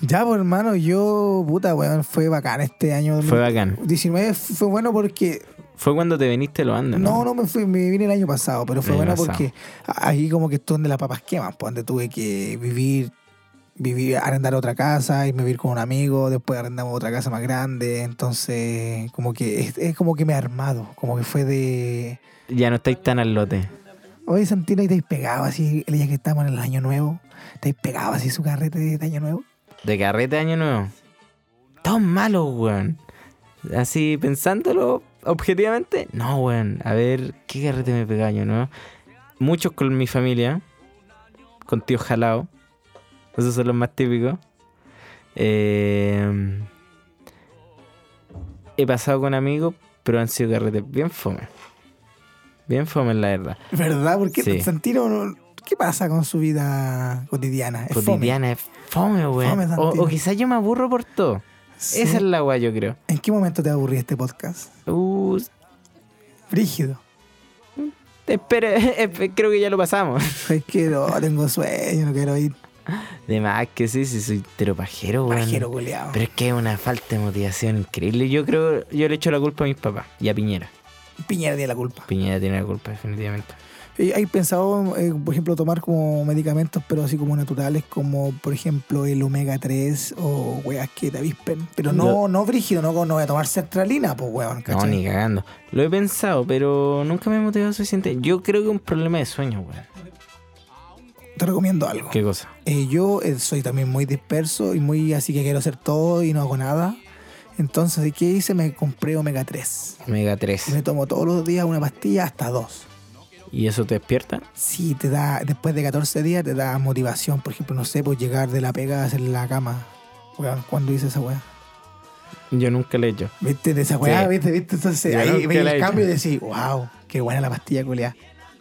ya, pues hermano, yo, puta, weón, fue bacán este año.
Fue bacán.
19 fue bueno porque.
Fue cuando te viniste lo ando,
No, no me fui, me vine el año pasado, pero fue
El
bueno
año
porque ahí como que estuve donde las papas queman, pues donde tuve que vivir, vivir, arrendar otra casa, irme a vivir con un amigo, después arrendamos otra casa más grande, entonces como que es, es como que me he armado, como que fue de
Ya no estáis tan al lote.
Oye, Santina, ¿y te has pegado así el día que estamos en el año nuevo? ¿Te has pegado así su carrete de año nuevo?
De carrete de año nuevo. Todos malos, weón. Así pensándolo objetivamente. No, weón. A ver, ¿qué carrete me pega año nuevo? Muchos con mi familia. Con tíos jalados. Esos son los más típicos. Eh, he pasado con amigos, pero han sido carretes bien fome. Bien fome, la verdad.
¿Verdad? Porque
Sí.
Santino, no- ¿qué pasa con su vida cotidiana? Es fome.
Cotidiana es fome,
Fome,
weón. O,
Santino.
o quizás yo me aburro por todo.
Sí.
Esa es la weá, yo creo.
¿En qué momento te aburrí este podcast?
Uh,
Frígido.
Espera, espe- creo que ya lo pasamos.
Es que no, tengo sueño, no quiero ir.
De más que sí, sí, soy teropajero, weón.
Pajero culeado.
Pero es que es una falta de motivación increíble. Yo creo, yo le echo la culpa a mis papás y a Piñera.
Piñera tiene la culpa.
Piñera tiene la culpa, definitivamente.
¿Y ¿Hay pensado, eh, por ejemplo, tomar como medicamentos, pero así como naturales, como por ejemplo el omega 3 o weas que te avispen? Pero no, no, brígido, no, no voy a tomar sertralina, pues weón,
No,
¿cachai?
ni cagando. Lo he pensado, pero nunca me he motivado suficiente. Yo creo que es un problema de sueño, weón.
Te recomiendo algo.
¿Qué cosa?
Eh, yo eh, soy también muy disperso y muy así que quiero hacer todo y no hago nada. Entonces, ¿qué hice? Me compré omega 3.
Omega
Y
3.
me tomo todos los días una pastilla hasta dos.
¿Y eso te despierta?
Sí, te da, después de 14 días te da motivación, por ejemplo, no sé, por llegar de la pega a hacer la cama. Weón, ¿cuándo hice esa weá?
Yo nunca le he hecho.
¿Viste? De esa weá,
Sí.
¿viste? ¿Viste? Entonces,
Yo
ahí
nunca
veis
la he
el
hecho.
cambio y decís, wow, qué buena la pastilla, culiá.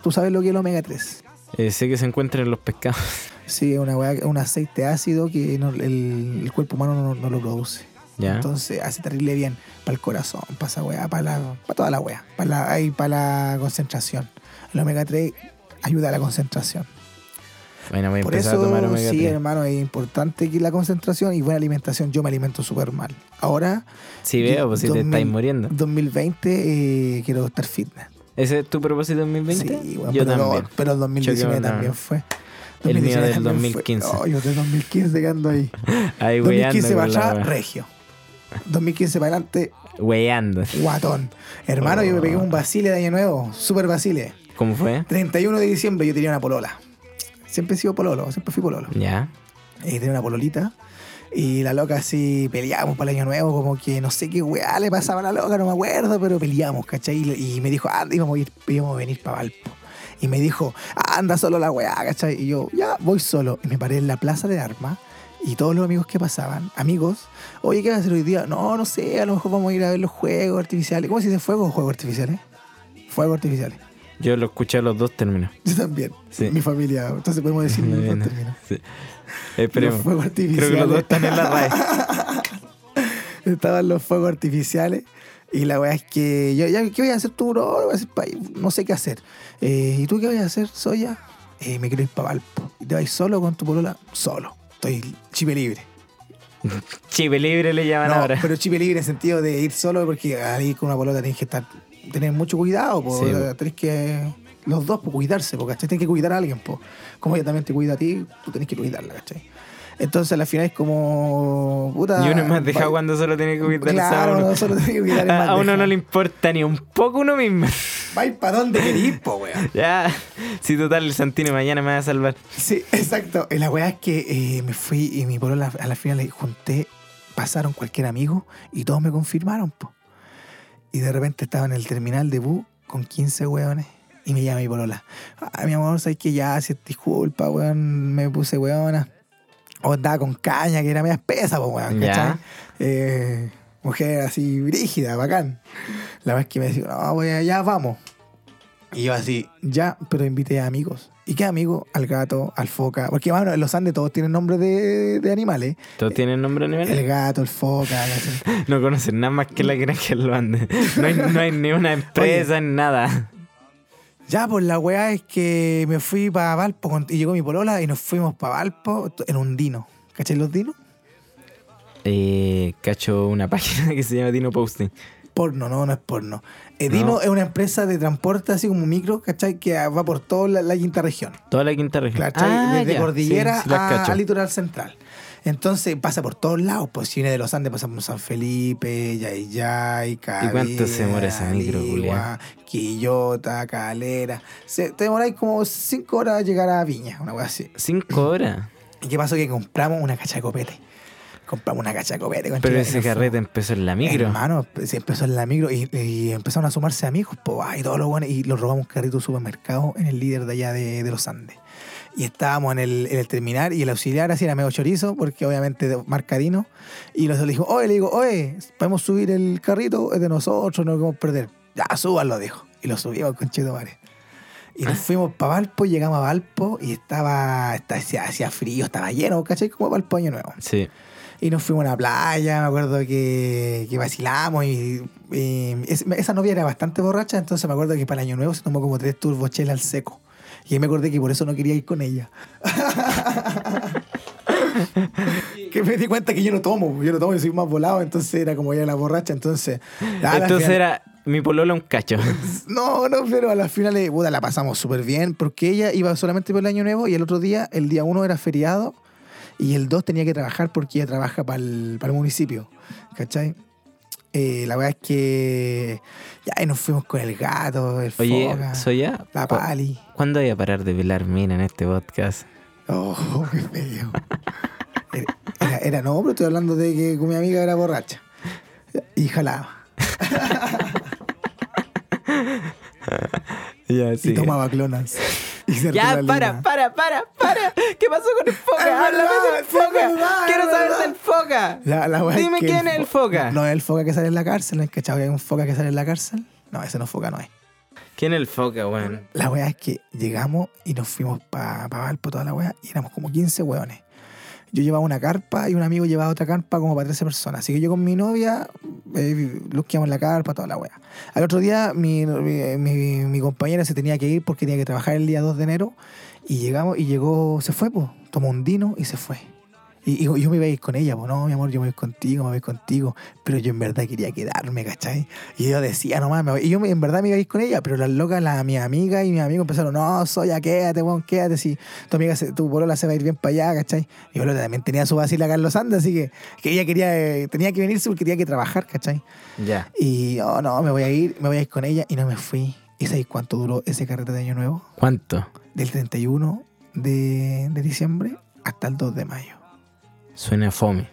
¿Tú sabes lo que es el omega 3?
Eh, sé que se encuentran en los pescados.
Sí, es una weá- un aceite ácido que no- el, el cuerpo humano no, no lo produce.
Ya.
Entonces hace terrible bien para el corazón, para esa weá, para, la, para toda la weá, para la, ay, para la concentración. El omega 3 ayuda a la concentración.
Bueno, voy a
Por
empezar
eso,
a tomar omega
sí,
3.
hermano, es importante que la concentración y buena alimentación. Yo me alimento súper mal. Ahora.
Sí, veo, pues si te
2000
estáis muriendo.
2020 eh, quiero estar fitness.
¿Ese es tu propósito en 2020?
Sí, bueno,
Yo
pero,
también.
pero el 2019
Choquemos, no.
también fue.
El mío
2019
del
también
2015.
Fue. Oh, yo del 2015 quedando ahí.
Ahí weyando.
2015
con
para
la
allá,
wea.
regio. 2015 para adelante,
Weyando.
guatón. Hermano, yo me pegué un basile de año nuevo, super basile.
¿Cómo fue?
31 de diciembre yo tenía una polola. Siempre he sido pololo, siempre fui pololo.
Ya.
Y tenía una pololita. Y la loca así peleamos para el año nuevo, como que no sé qué weá le pasaba a la loca, no me acuerdo, pero peleamos, ¿cachai? Y, y me dijo, anda, íbamos a, ir, íbamos a venir para Valpo. Y me dijo, anda solo la weá, ¿cachai? Y yo, ya, voy solo. Y me paré en la plaza de armas. Y todos los amigos que pasaban, amigos, oye, ¿qué vas a hacer hoy día? No, no sé, a lo mejor vamos a ir a ver los juegos artificiales. ¿Cómo se dice fuego o juegos artificiales? Fuegos artificiales.
Yo lo escuché a los dos términos.
Yo también.
Sí.
Mi familia. Entonces podemos decir
Muy
los
bien.
dos términos.
Sí. Esperemos.
Los fuegos
Creo que los dos
artificiales.
están en la raíz.
Estaban los fuegos artificiales. Y la weá es que yo, ya, ¿qué voy a hacer tú, bro? Voy a hacer pa' ahí, No sé qué hacer. Eh, ¿Y tú qué vas a hacer, Soya? Eh, me quiero ir para Valpo. ¿Y te vas solo con tu polola? Solo. Estoy chipe libre.
Chipe libre le llaman
No,
ahora.
pero chipe libre en sentido de ir solo, porque al ir con una polola tenés que estar, tener mucho cuidado, po.
Sí,
O sea,
po.
tenés que, los dos, po, cuidarse, porque tenés que cuidar a alguien, po. como ella también te cuida a ti, tú tenés que cuidarla, ¿cachai? Entonces al final es como, puta...
Y uno es más dejado
va-
cuando solo tiene que cuidarse
Claro,
a uno.
uno solo tiene que cuidar, es
A-
más
a uno
dejado.
no le importa ni un poco uno mismo.
Vais para donde querís, po, weón.
ya. Si total, el Santino mañana me va a salvar.
Sí, exacto. Y la weá es que eh, me fui y mi polola a la final le junté, pasaron cualquier amigo y todos me confirmaron, po. Y de repente estaba en el terminal de bus con 15 weones y me llama mi polola. Ah, mi amor, sabes que ya, si disculpa, weón, me puse weona. O andaba con caña, que era media espesa, po, weón,
Ya.
¿cachai? Eh, mujer así, brígida, bacán. La vez que me decía, no, weón, ya vamos. Y yo así, ya, pero invité a amigos. ¿Y qué amigos? Al gato, al foca. Porque, bueno, en los Andes todos tienen nombres de, de animales.
¿Todos tienen nombre a nivel?
El gato, el foca, la-
No conocen nada más que
Mm.
la granja del Luande. No hay, no hay ni una empresa, ni nada.
Ya, pues la weá es que me fui para Valpo con- y llegó mi polola y nos fuimos para Valpo en un dino. ¿Cachai los dinos?
Eh, cacho una página que se llama Dino Posting.
Porno, no, no es porno. Eh,
No.
Dino es una empresa de transporte, así como micro, ¿cachai? Que va por toda la, la quinta región.
Toda la quinta región. Ah,
¿cachai? Desde
ya,
cordillera
sí, sí las
a,
cacho.
al litoral central. Entonces pasa por todos lados, pues si viene de los Andes pasamos por San Felipe, Yayay, Calera,
cuánto se demora esa micro, culiao?
Ligua, Quillota, Calera. Se, te demoráis como cinco horas llegar a Viña, una cosa así.
Cinco horas.
¿Y qué pasó? Que compramos una cacha de copete. Compramos una cacha de copete. concha
Pero
de-
ese carrete empezó en la micro.
Hermano, se empezó en la micro y, y empezaron a sumarse amigos, po, ah, y todos los buenos, y los robamos un carrito de un supermercado en el líder de allá de, de los Andes. Y estábamos en el, en el terminal y el auxiliar así era medio chorizo, porque obviamente de- marcadino. Y los le dijo, oye, le digo, oye, podemos subir el carrito, es de nosotros, no lo queremos perder. Ya, súbanlo, dijo. Y lo subimos con Cheto Y nos fuimos para Valpo, llegamos a Valpo y estaba, estaba- hacía hacía frío, estaba lleno, ¿cachai? Como Valpo Año Nuevo.
Sí.
Y nos fuimos a la playa, me acuerdo que, que vacilamos y, y es- esa novia era bastante borracha, entonces me acuerdo que para el año nuevo se tomó como tres turbos chela al seco. Y ahí me acordé que por eso no quería ir con ella. que me di cuenta que yo no tomo, yo no tomo, yo soy más volado, entonces era como ella la borracha, entonces... a la
Entonces
final-
era mi polola un cacho.
No, no, pero a las finales, puta, la pasamos súper bien, porque ella iba solamente por el año nuevo y el otro día, el día uno era feriado, y el 2 tenía que trabajar porque ella trabaja para el, municipio. ¿Cachai? Eh, la verdad es que ya y nos fuimos con el gato, el
Oye,
foca,
soy ya.
la pali.
¿Cuándo voy a parar de velar mina en este podcast?
Oh, qué feo. Era, era- era- no, pero estoy hablando de que con mi amiga era borracha. Y jalaba.
Ya,
Y tomaba clonas. Y se
Ya,
arreglaba
para,
lima.
para, para, para. ¿Qué pasó con el foca?
Es
Háblame
verdad,
del
sí, es verdad,
foca.
es
Quiero saber
verdad.
del foca.
La- la wea es
Dime
que
quién
el
es el
fo-
foca.
No es el foca que sale en la cárcel, ¿no es cachado que hay un foca que sale en la cárcel? No, ese no foca no es.
¿Quién el foca, weón?
La weá es que llegamos y nos fuimos para pa Valpo, toda la weá, y éramos como 15 weones. Yo llevaba una carpa y un amigo llevaba otra carpa como para 13 personas. Así que yo con mi novia eh, luqueamos la carpa, toda la weá. Al otro día mi, mi- mi- mi compañera se tenía que ir porque tenía que trabajar el día 2 de enero y llegamos y llegó, se fue, pues, tomó un dino y se fue. Y, y yo me iba a ir con ella, pues no, mi amor, yo me voy contigo, me voy contigo. Pero yo en verdad quería quedarme, ¿cachai? Y yo decía, no mames, y yo me- en verdad me iba a ir con ella, pero las locas, las, mis amigas y mis amigos empezaron, no, Soya, quédate, weón, quédate. Si tu amiga, se- tu polola se va a ir bien para allá, ¿cachai? Y yo también tenía su vacila Carlos Andes, así que, que ella quería, eh, tenía que venirse porque tenía que trabajar, ¿cachai?
Ya.
Y, oh no, me voy a ir, me voy a ir con ella y no me fui. ¿Y sabéis cuánto duró ese carrete de Año Nuevo?
¿Cuánto?
Del 31 de, de diciembre hasta el 2 de mayo.
Suena fome.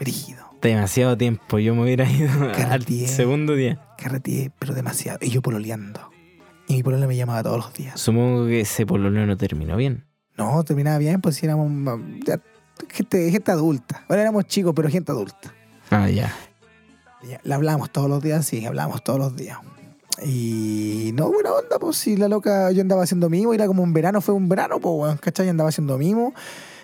Rígido.
Demasiado tiempo. Yo me hubiera ido al
Cartier.
segundo día.
carreteé, pero demasiado. Y yo pololeando. Y mi polola me llamaba todos los días.
Supongo que ese pololeo no terminó bien.
No, terminaba bien, pues si éramos ma- ya, gente, gente adulta. Bueno, éramos chicos, pero gente adulta.
Ah, ya.
Ya, La hablábamos todos los días, sí, hablábamos todos los días. Y no, buena onda, pues si la loca, yo andaba haciendo mimo, era como un verano, fue un verano, pues, weón, ¿cachai? Andaba haciendo mimo.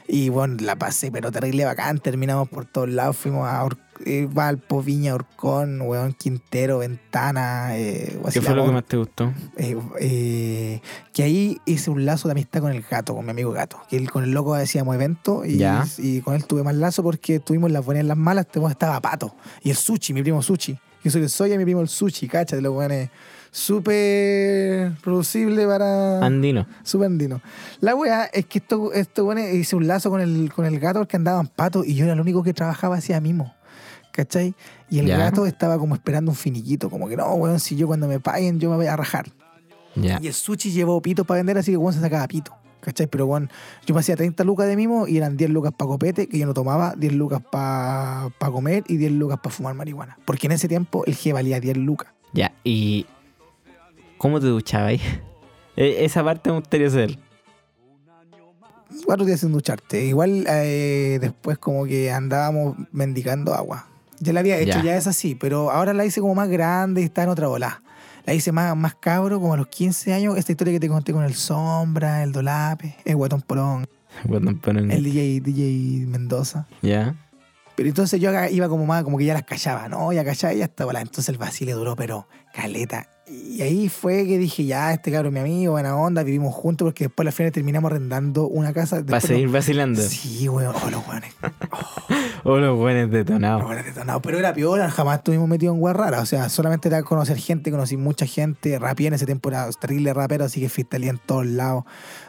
Y bueno, la pasé, pero terrible bacán, terminamos por todos lados, fuimos a Or- eh, Valpo, Viña, Orcón, weón, Quintero, Ventana, eh,
¿Qué fue lo
Guasilabón.
que más te gustó?
eh, eh, que ahí hice un lazo de amistad con el gato, con mi amigo gato. Que él con el loco hacíamos eventos y,
Ya.
y con él tuve más lazo porque tuvimos las buenas y las malas. Este weón Estaba pato. Y el sushi, mi primo sushi. Yo soy el soya y mi primo el sushi, cacha, de los buenos. Súper producible para.
Andino.
Súper andino. La weá es que esto, esto bueno, hice un lazo con el, con el gato porque andaban patos y yo era el único que trabajaba hacia mismo. ¿Cachai? Y el
Ya.
gato estaba como esperando un finiquito, como que no, weón, si yo cuando me paguen yo me voy a rajar.
Ya.
Y el sushi llevó pito para vender, así que Juan se sacaba pito. ¿Cachai? Pero Juan, yo me hacía 30 lucas de mimo y eran 10 lucas para copete, que yo no tomaba, 10 lucas para comer y 10 lucas para fumar marihuana. Porque en ese tiempo el G valía 10 lucas.
Ya. ¿Y cómo te duchabas? E- Esa parte me gustaría hacer.
Cuatro días sin ducharte. Igual eh, después como que andábamos mendicando agua. Ya la había hecho,
Ya.
ya, es así, pero ahora la hice como más grande y está en otra bola. La hice más, más cabro, como a los 15 años, esta historia que te conté con el Sombra, el Dolape, el Guatón Polón,
Cuando ponen-
el DJ, DJ Mendoza.
Ya.
Pero entonces yo haga- iba como más, como que ya las callaba, ¿no? Ya callaba y ya estaba. Entonces el vacile duró, pero caleta. Y ahí fue que dije, ya, este cabrón es mi amigo, buena onda, vivimos juntos, porque después al final terminamos arrendando una casa.
Para
después
seguir
no-
vacilando.
Sí, weón, oh, los weones.
O los buenos
los
detonados.
weones detonados. Pero era piola, jamás estuvimos metidos en weas raras. O sea, solamente era conocer gente, conocí mucha gente, rapeé en ese tiempo, era terrible rapero, así que fistelía en todos lados,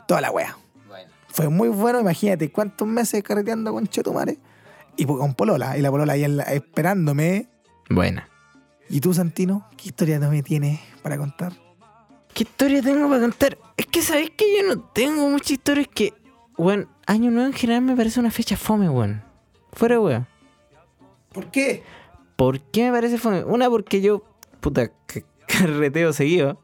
toda la wea. Fue muy bueno, imagínate, cuántos meses carreteando con Chetumare y con Polola, y la Polola ahí en la- esperándome.
Buena.
¿Y tú, Santino? ¿Qué historia no me tienes para contar?
¿Qué historia tengo para contar? Es que sabéis que yo no tengo muchas historias que. Weón, año nuevo en general me parece una fecha fome, weón. Fuera, weón.
¿Por qué?
¿Por qué me parece fome? Una, porque yo, puta, c- carreteo seguido.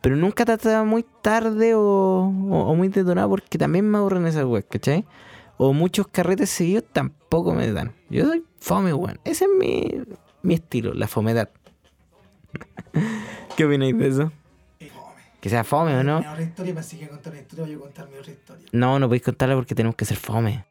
Pero nunca trataba muy tarde o, o- o muy detonado porque también me aburren esas weas, ¿cachai? O muchos carretes seguidos tampoco me dan. Yo soy fome, weón. Ese es mi, mi estilo, la fomedad. ¿Qué opináis de eso?
Eh, oh,
Que sea fome o no.
Una historia, pensé que contar una historia, voy a contar mi otra historia.
No, no podéis contarla porque tenemos que ser fome.